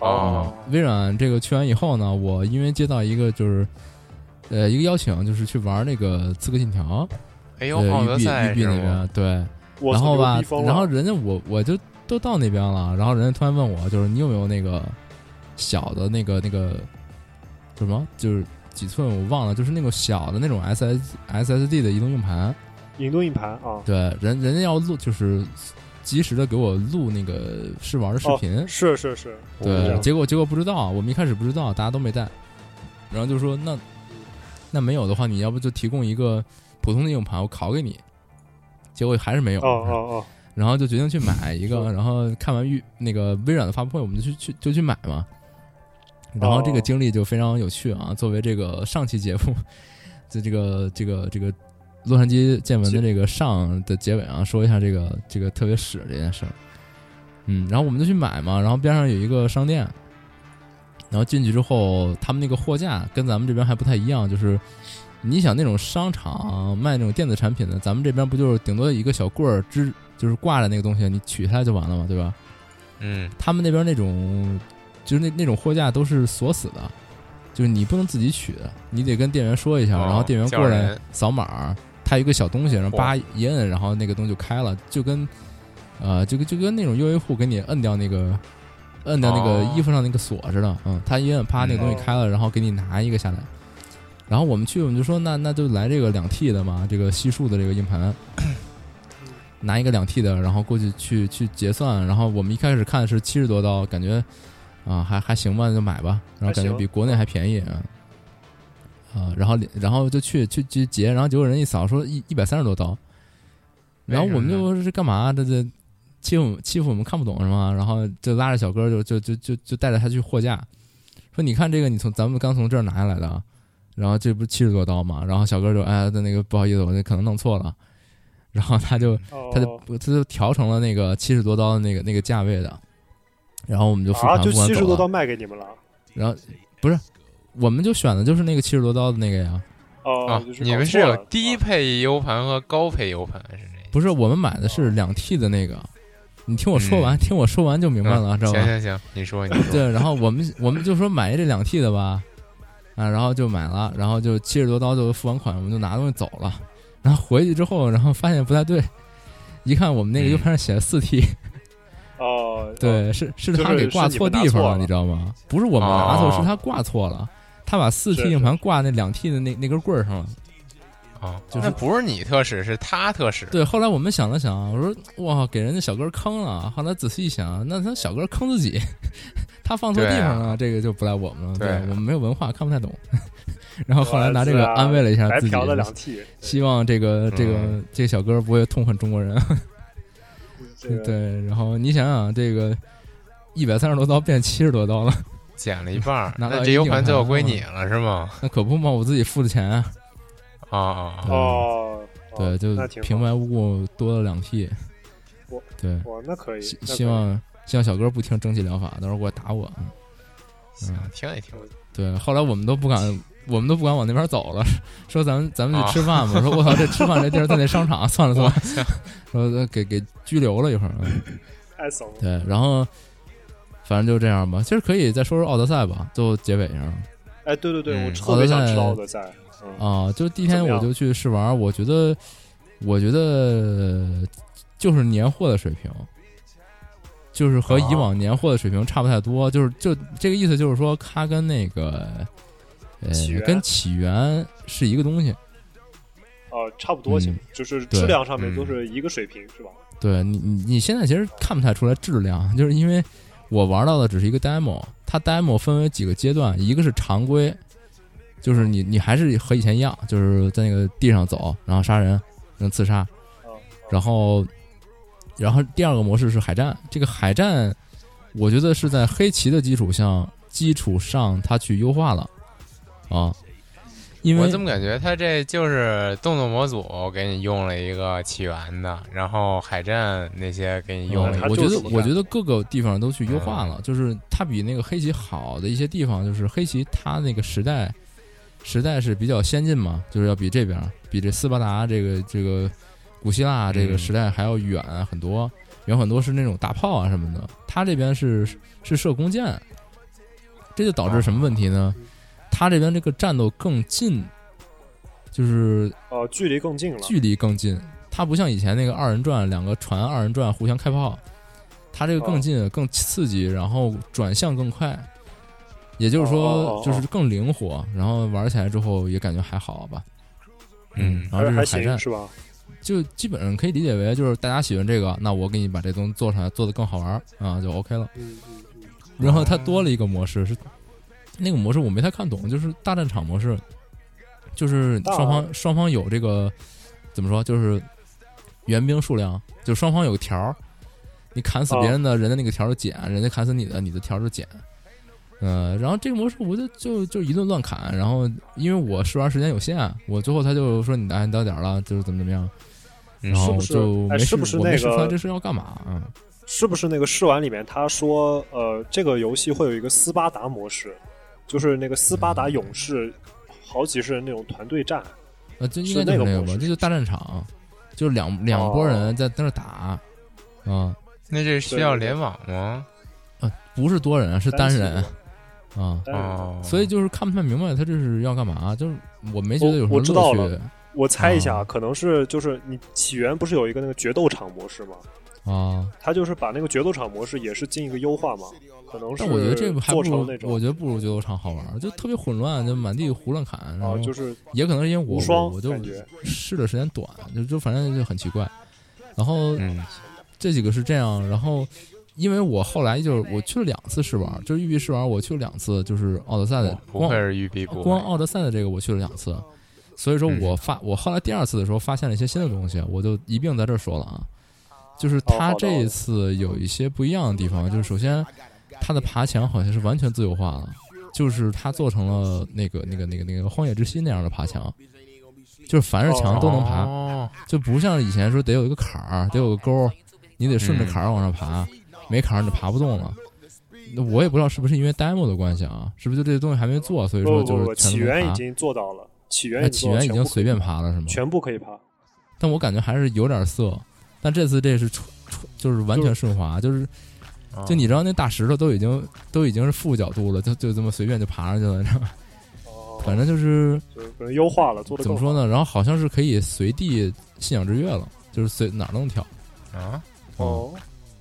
哦
好，
微软这个去完以后呢，我因为接到一个就是，呃，一个邀请，就是去玩那个《刺客信条》
哎呦，奥
呃，
德
育碧
赛
育碧
是
那
吗？
边对，
我
然
操
后
牛
吧
逼疯，了
然后人家我我就都到那边了，然后人家突然问我，就是你有没有那个小的那个那个叫什么，就是几寸我忘了，就是那种小的那种 S S S S D 的移动硬盘，
引动硬盘啊，
对，人人家要录就是及时的给我录那个试玩的视频，
是是是，
哎对，
哦
结果结果不知道，我们一开始不知道，大家都没带，然后就说那那没有的话，你要不就提供一个普通的硬盘，我拷给你。结果还是没有，
哦哦
然后就决定去买一个，
是
然后看完预那个微软的发布会，我们就去去就去买嘛。然后这个
哦
经历就非常有趣啊，作为这个上期节目， *laughs* 就这个这个这个洛杉矶见闻的这个上的结尾啊，说一下这个这个特别屎这件事儿。嗯，然后我们就去买嘛，然后边上有一个商店，然后进去之后，他们那个货架跟咱们这边还不太一样，就是你想那种商场卖那种电子产品的，咱们这边不就是顶多一个小棍儿支，就是挂着那个东西，你取下来就完了嘛，对吧？
嗯，
他们那边那种就是那那种货架都是锁死的，就是你不能自己取的，你得跟店员说一下，
哦
然后店员
叫
过来
人哦
扫码儿，他有一个小东西，然后叭一摁，然后那个东西就开了，就跟呃，就跟就跟那种优衣库给你摁掉那个摁掉那个
哦
衣服上那个锁似的，嗯，他一摁啪那个东西
嗯
开了，然后给你拿一个下来。然后我们去，我们就说那那就来这个两 T 的嘛，这个西数的这个硬盘，拿一个两 T 的，然后过去去去结算。然后我们一开始看是七十多刀，感觉啊、还还行吧，那就买吧。然后感觉
还行
比国内还便宜啊。啊，然后然后就去去去结，然后结果人一扫说一一百三十多刀，然后我们
为什么
就这干嘛？这这欺负我们欺负我们看不懂是吗？然后就拉着小哥就就就就就带着他去货架，说你看这个你从咱们刚从这儿拿下来的啊，然后这不是七十多刀嘛？然后小哥就哎那个不好意思，我这可能弄错了，然后他就
哦
他就他就调成了那个七十多刀的那个那个价位的，然后我们就付
啊，
款
就
付款
七十
走
多
了
刀，卖给你们了。
然后不是我们就选的就是那个七十多刀的那个呀。
哦
啊，
就是
你
搞
们是
错
有
了
低
啊
配 U 盘和高配 U 盘是这？
不是，我们买的是两 T 的那个。你听我说完，
嗯
听我说完就 *laughs* 明白
啊
了，
嗯
知道
行
吧？
行行，你
*laughs*
说你说，
对，然后我们我们就说买这两 T 的吧，啊，然后就买了，然后就七十多刀就付完款，我们就拿东西走了。然后回去之后，然后发现不太对，一看我们那
嗯
个 U 盘上写了四 T，、
哦，
对，是是
就是
他给挂
是你们
错
拿
地方
错
了，
了
你知道吗？不是我们拿错，
哦
是他挂错了，他把四
是
T 硬
是
盘挂那两 T 的那那根棍儿上了。
啊，
就是
那不是你特使，是他特使。
对，后来我们想了想，我说哇，给人家小哥坑了。后来仔细一想，那他小哥坑自己， *laughs* 他放错地方了，
啊
这个就不赖我们了。
对
对
啊
我们没有文化，看不太懂。 *laughs* 然后后来拿这个安慰了一
啊
下
呃白
自己，
嫖了两 T，
希望这个这个
嗯
这个小哥不会痛恨中国人。
这个
*laughs* 对，然后你想想啊这个。一百三十多刀变七十多刀了，
减了一半儿，
拿到
那
一
这
定
U 盘最后
盘
归
上
你了是吗？
那可不嘛，我自己付的钱啊。
啊啊，啊
哦，
嗯对，
哦
就
那挺好
平白无故多了两 T
我。
对，
哇，那可以，
希
那可以
希望希望小哥不听蒸汽疗法，到时候给我打我。
行，
嗯
听一听。
对，后来我们都不敢，我们都不敢往那边走了， *laughs* 说咱们咱们去吃饭
哦
吧。说我操，这吃饭这地儿在那商场， *laughs* 算了算了，说呃给给拘留了一会儿。嗯
太怂了。
对，然后反正就这样吧。其实可以再说说奥德赛吧，就结尾上
哎，对对对，
嗯
我特别想知道
奥
奥
德
德赛。嗯，
啊，就第一
怎
天
么样
我就去试玩，我觉得我觉得就是年货的水平。就是和以
啊
往年货的水平差不太多，就是就这个意思，就是说它跟那个，呃
起，源
跟起源是一个东西，
哦，差不多行
嗯，
就是
对
质量上面
嗯
都是一个水平，是吧？
对你，你你现在其实看不太出来质量，就是因为我玩到的只是一个 demo，它 demo 分为几个阶段，一个是常规，就是你你还是和以前一样，就是在那个地上走，然后杀人，嗯，刺杀，
嗯，
然后然后第二个模式是海战，这个海战我觉得是在黑棋的基础上基础上它去优化了啊，因为
我怎么感觉他这就是动作模组给你用了一个起源的，然后海战那些给你用
用
了
了
一
嗯
个。
我
它就
觉
是
得
一个
我觉得各个地方都去优化
嗯
了，就是它比那个黑棋好的一些地方，就是黑棋它那个时代时代是比较先进嘛，就是要比这边比这斯巴达这个这个古希腊这个
嗯
时代还要远很多，远很多是那种大炮啊什么的，它这边是是射弓箭，这就导致什么问题呢？它这边这个战斗更近，就是
哦，距离更近了。
距离更
嗯
近。它不像以前那个二人转，两个船二人转互相开炮，它这个
哦
更近、更刺激，然后转向更快，也就
哦哦
是说
哦
就是更灵活，然后玩起来之后也感觉还好吧。
嗯
然后
还
这是海
行
战，
是吧？
就基本上可以理解为就是大家喜欢这个，那我给你把这东西做出来，做得更好玩啊，就 OK 了。
嗯嗯嗯，
然后它多了一个模式是，那个模式我没太看懂，就是大战场模式，就是
大
双方双方有这个怎么说，就是援兵数量，就双方有个条儿，你砍死别人的，人家那个条儿就减，人家砍死你的，你的条儿就减。嗯、然后这个模式我就就就一顿乱砍，然后因为我试玩时间有限，我最后他就说你哎你到点儿了，就是怎么怎么样，
嗯
然后
是不是
就
哎
没
是
试，
不是
我没
那
试出来
个
这是要干嘛？嗯，
是不是那个试玩里面他说，呃，这个游戏会有一个斯巴达模式，就是那个斯巴达勇士，好几十人那种团队战。
啊，这应
是
该就
那
是
个
那
模
个吧
式，哦
这就大战场，就是两两拨人在在那儿打，啊
那这需要联网吗？
啊，不是多人是单人啊，
单人
哦，
所以就是看不太明白他这是要干嘛，就是我没觉得有
我我
什
知
么
道
乐趣
我猜一下，
啊
可能是就是你起源不是有一个那个决斗场模式吗？
啊。
他就是把那个决斗场模式也是进一个优化嘛，可能是
但我觉得这个还不
做成
如
那，种
我觉得不如决斗场好玩，就特别混乱，就满地胡乱砍，然
啊
后，
就是
也可能是因为我
无双
我我就
感觉
试的时间短，就就反正就很奇怪。然后
嗯
这几个是这样，然后因为我后来就是我去了两次试玩，就是育碧试玩，我去了两次，就是奥德赛的
哇，不
光
愧是育碧部
呃光奥德赛的这个我去了两次，所以说
嗯
我发、我后来第二次的时候发现了一些新的东西，我就一并在这儿说了啊，
哦
就是它这一次有一些不一样的地方，就是首先它的爬墙好像是完全自由化了，就是它做成了那个那个那个那个荒野之息那样的爬墙，就是凡是墙啊都能爬，
哦
就不像以前说得有一个坎儿，得有个沟儿，你得顺着坎儿往上爬，没坎儿你就爬不动了。那我也不知道是不是因为 demo 的关系啊，是不是就这些东西还没做，所以说
不
就
不不，
是全
起
都能
源
爬
已经做到了，起源
那
已
起
经做到
源已
全
经
部
随便爬了是吗？
全部可以爬，
但我感觉还是有点涩，但这次这是出出就是完全顺滑，就是
哦
啊
就你知道那大石头都已经都已经是负角度了，就就这么随便就爬上去了，你知道吗？
哦，
反正就是
就是可能优化了，做的
怎么说呢？然后好像是可以随地信仰之跃了，就是随哪儿都能跳，嗯
啊，
哦，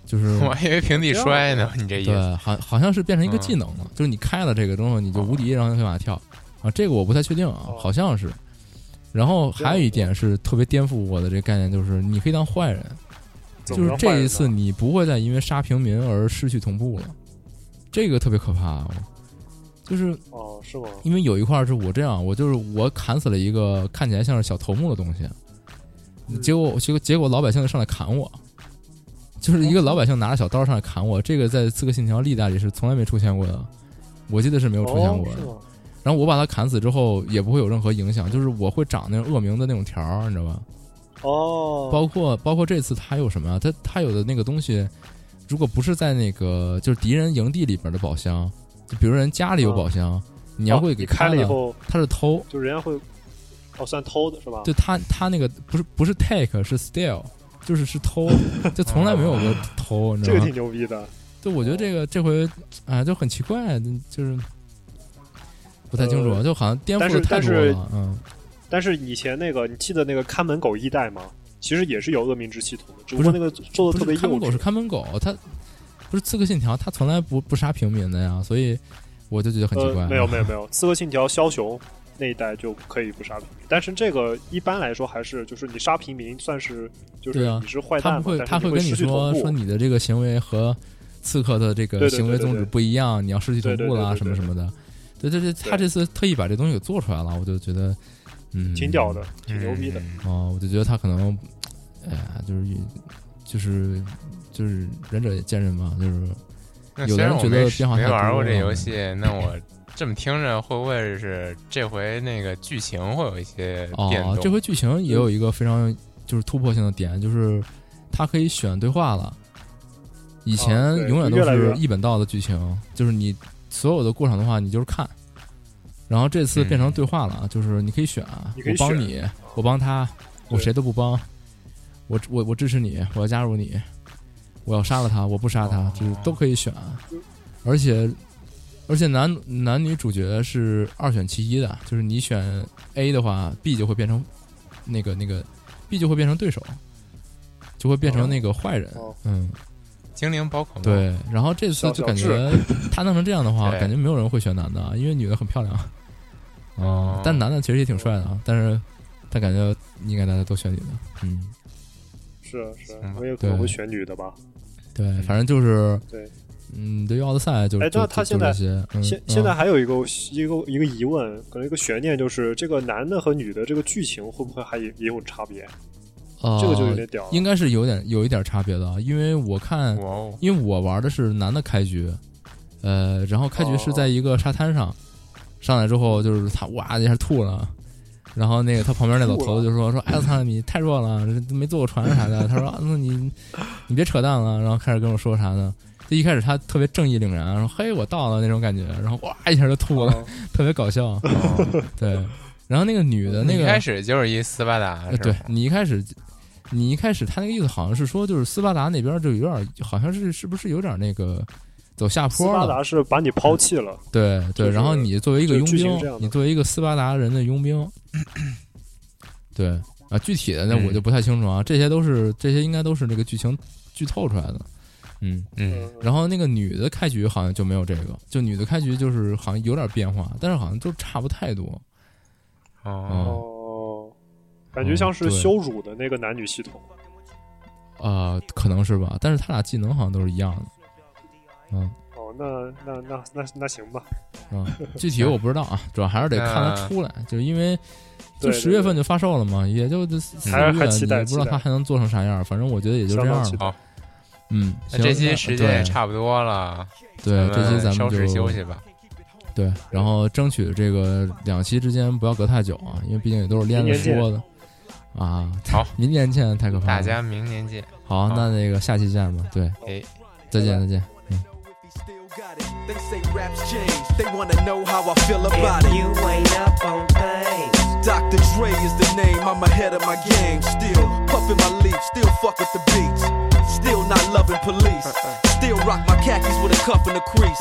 就是
我还以为平
啊
地摔呢，你这意思？
对，好好像是变成一个技能了，
哦
就是你开了这个之后你就无敌，然后就可以往下跳啊。这个我不太确定啊
哦，
好像是。然后还有一点是特别颠覆我的这个概念，就是你可以当坏人，
怎
就
么
是
能坏
这
人
一
呢
次你不会再因为杀平民而失去同步了，这个特别可怕、啊。就是
哦，是吗？
因为有一块是我这样，我就是我砍死了一个看起来像是小头目的东西，
嗯
结果结果结果老百姓就上来砍我，就是一个老百姓拿着小刀上来砍我，这个在《刺客信条》历代里是从来没出现过的，我记得是没有出现
哦
过，
是
的。
吗？
然后我把他砍死之后也不会有任何影响，就是我会长那种恶名的那种条儿，你知道吧？
哦，
包括包括这次他有什么啊？他他有的那个东西，如果不是在那个就是敌人营地里边的宝箱，就比如人家里有宝箱，你要
哦
会
你
给
开
了，
了以后，
他是偷，
就人家会，哦，算偷的是吧？
就他他那个不是不是 take 是 steal，就是是偷，就从来没有过偷，你
*laughs*
知
哦这
道
个
吗
挺？牛逼的。
就我觉得这个这回啊就很奇怪，就是不太清楚，
呃
就好像颠覆
但
的
是
太
但
多
是
了，嗯。
但是以前那个，你记得那个看门狗一代吗？其实也是有恶名之系统的，只
不
不
是
过那个做的特
不
别
是
幼
看门狗是
稚。
看门狗，它不是《刺客信条》，它从来不不杀平民的呀，所以我就觉得很奇怪。啊
呃，没有没有
*laughs*
没有，《刺客信条：枭雄》那一代就可以不杀平民，但是这个一般来说还是就是你杀平民算是就是
对啊
你是坏蛋
他
嘛，
不会，
但是
他会
会
跟
失
你
去
说
同
说
步。
你的这个行为和刺客的这个
对对
行为
对对
宗旨
对
不一样，你要失去同
对对
步啦
对对
什么什么的。对对对，他
对
这次特意把这东西给做出来了，我就觉得，嗯，
挺屌的，挺
嗯
牛逼的。
哦，我就觉得他可能，哎呀，就是就是就是仁者也见仁嘛，就是
那
有
嗯虽
的
然
人
我
觉
没
得变化
没
太
玩
多
过这
了嗯
游戏，那我这么听着，会不会是这回那个剧情会有一些变动？
哦，这回剧情也有一个非常就是突破性的点，就是它可以选对话了。以前
啊对
永远都
越来越
是一本道的剧情，就是你所有的过场的话，你就是看。然后这次变成对话了，就是你可以选，啊
你可以
我帮
选
你，我帮他，我
对
谁都不帮，我我我支持你，我要加入你，我要杀了他，我不杀
哦
他，就是都可以选。啊而且而且男男女主角是二选其一的，就是你选 A 的话，B 就会变成那个那个 B 就会变成对手，就会变成那个坏人。
哦
嗯，
精灵宝可梦，
对。然后这次就感觉 *laughs* 他弄成这样
*laughs*
的话，
对
感觉没有人会选男的啊，因为女的很漂亮。嗯
哦
但男的其实也挺帅的啊，但是他感觉应该大家都选女的。嗯，
是是
嗯，
我也可能
对
会选女的吧。
对，反正就是
嗯对，
嗯，对于奥德赛就
哎
就
那他
就
现
就
在
这些，嗯
现
嗯
现在还有一个一个一个疑问，可能一个悬念就是这个男的和女的这个剧情会不会还也也有差别？
哦
这个就有点屌了。
应该是有点有一点差别的，啊因为我看，
哇哦，
因为我玩的是男的开局，呃，然后开局是在一个沙滩上，上来之后就是他哇一下吐了，然后那个他旁边那老头就说说，哎我操你太弱了，这没坐过船啥
*laughs*
的，他说啊那你你别扯淡了，然后开始跟我说啥呢？就一开始他特别正义凛然，说嘿我到了那种感觉，然后哇一下就吐
哦
了， *laughs* 特别
*laughs*
搞笑，对。然后那个女的，那
嗯你一
个
开始就是一斯巴达，
呃
是
对
吧
你一开始，你一开始他那个意思好像是说，就是斯巴达那边就有点，好像是是不是有点那个走下
斯
坡
巴
了？
达是把你抛弃了，
对
就
对、
是
然后你作为一个佣
就剧情
兵
是这样，的
你作为一个斯巴达人的佣兵，对啊，具体的那
嗯
我就不太清楚啊，这些都是这些应该都是那个剧情剧透出来的，嗯。
嗯，
然后那个女的开局好像就没有这个，就女的开局就是好像有点变化，但是好像都差不太多。
哦，
哦，感觉像
嗯
是
对
羞辱的那个男女系统。
啊呃，可能是吧，但是他俩技能好像都是一样的，嗯
哦，那那那那那行吧，
嗯，具体我不知道啊，主要还是得看它出来，就是因为就
嗯对
十月份就发售了嘛，也就这四四
还
个
还
月，
期
你
待
也不知道
期待
它还能做成啥样，反正我觉得也就这
相当
样
期
吧。
待。
嗯，
那
行
这期
那
时间也
对
差不多了，
对，这期咱们
稍事
就
休息吧。
对，然后争取这个两期之间不要隔太久啊，因为毕竟也都是连着
明年
说的啊。 *laughs*
好，
明年见，太可怕了。
大家明年见。
好，
好
那那个下期见吧。对，
哎，
再见，再见。
Still got it. They say raps change. They wanna know how I feel about
If
it.
you ain't up on things,
Dr. Dre is the name. I'm ahead of my game. Still puffin' my leaf. Still fuck with the beats. Still not loving police.
Uh,
Still rock my khakis with a cuff and a crease.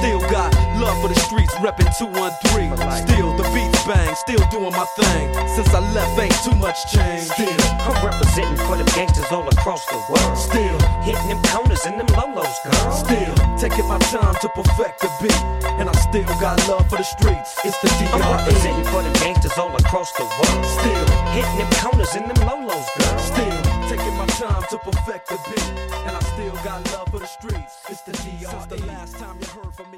Still got love for the streets. Reppin' 213. Still the beats bang. Still doing my thing. Since I left, ain't too much change. Still,
I'm representing for them gangsters all across the world.
still.
Hitting them corners and them lolos, girl.
Still taking my time to perfect the beat, and I still got love for the streets. It's the E.
I'm
DRE.
representing for them gangsters all across the world.
Still,
Hitting them corners and them lolos, girl.
still taking my time to E. perfect the beat, and I still got love for the streets. It's the DRE. Since the last time you heard from me.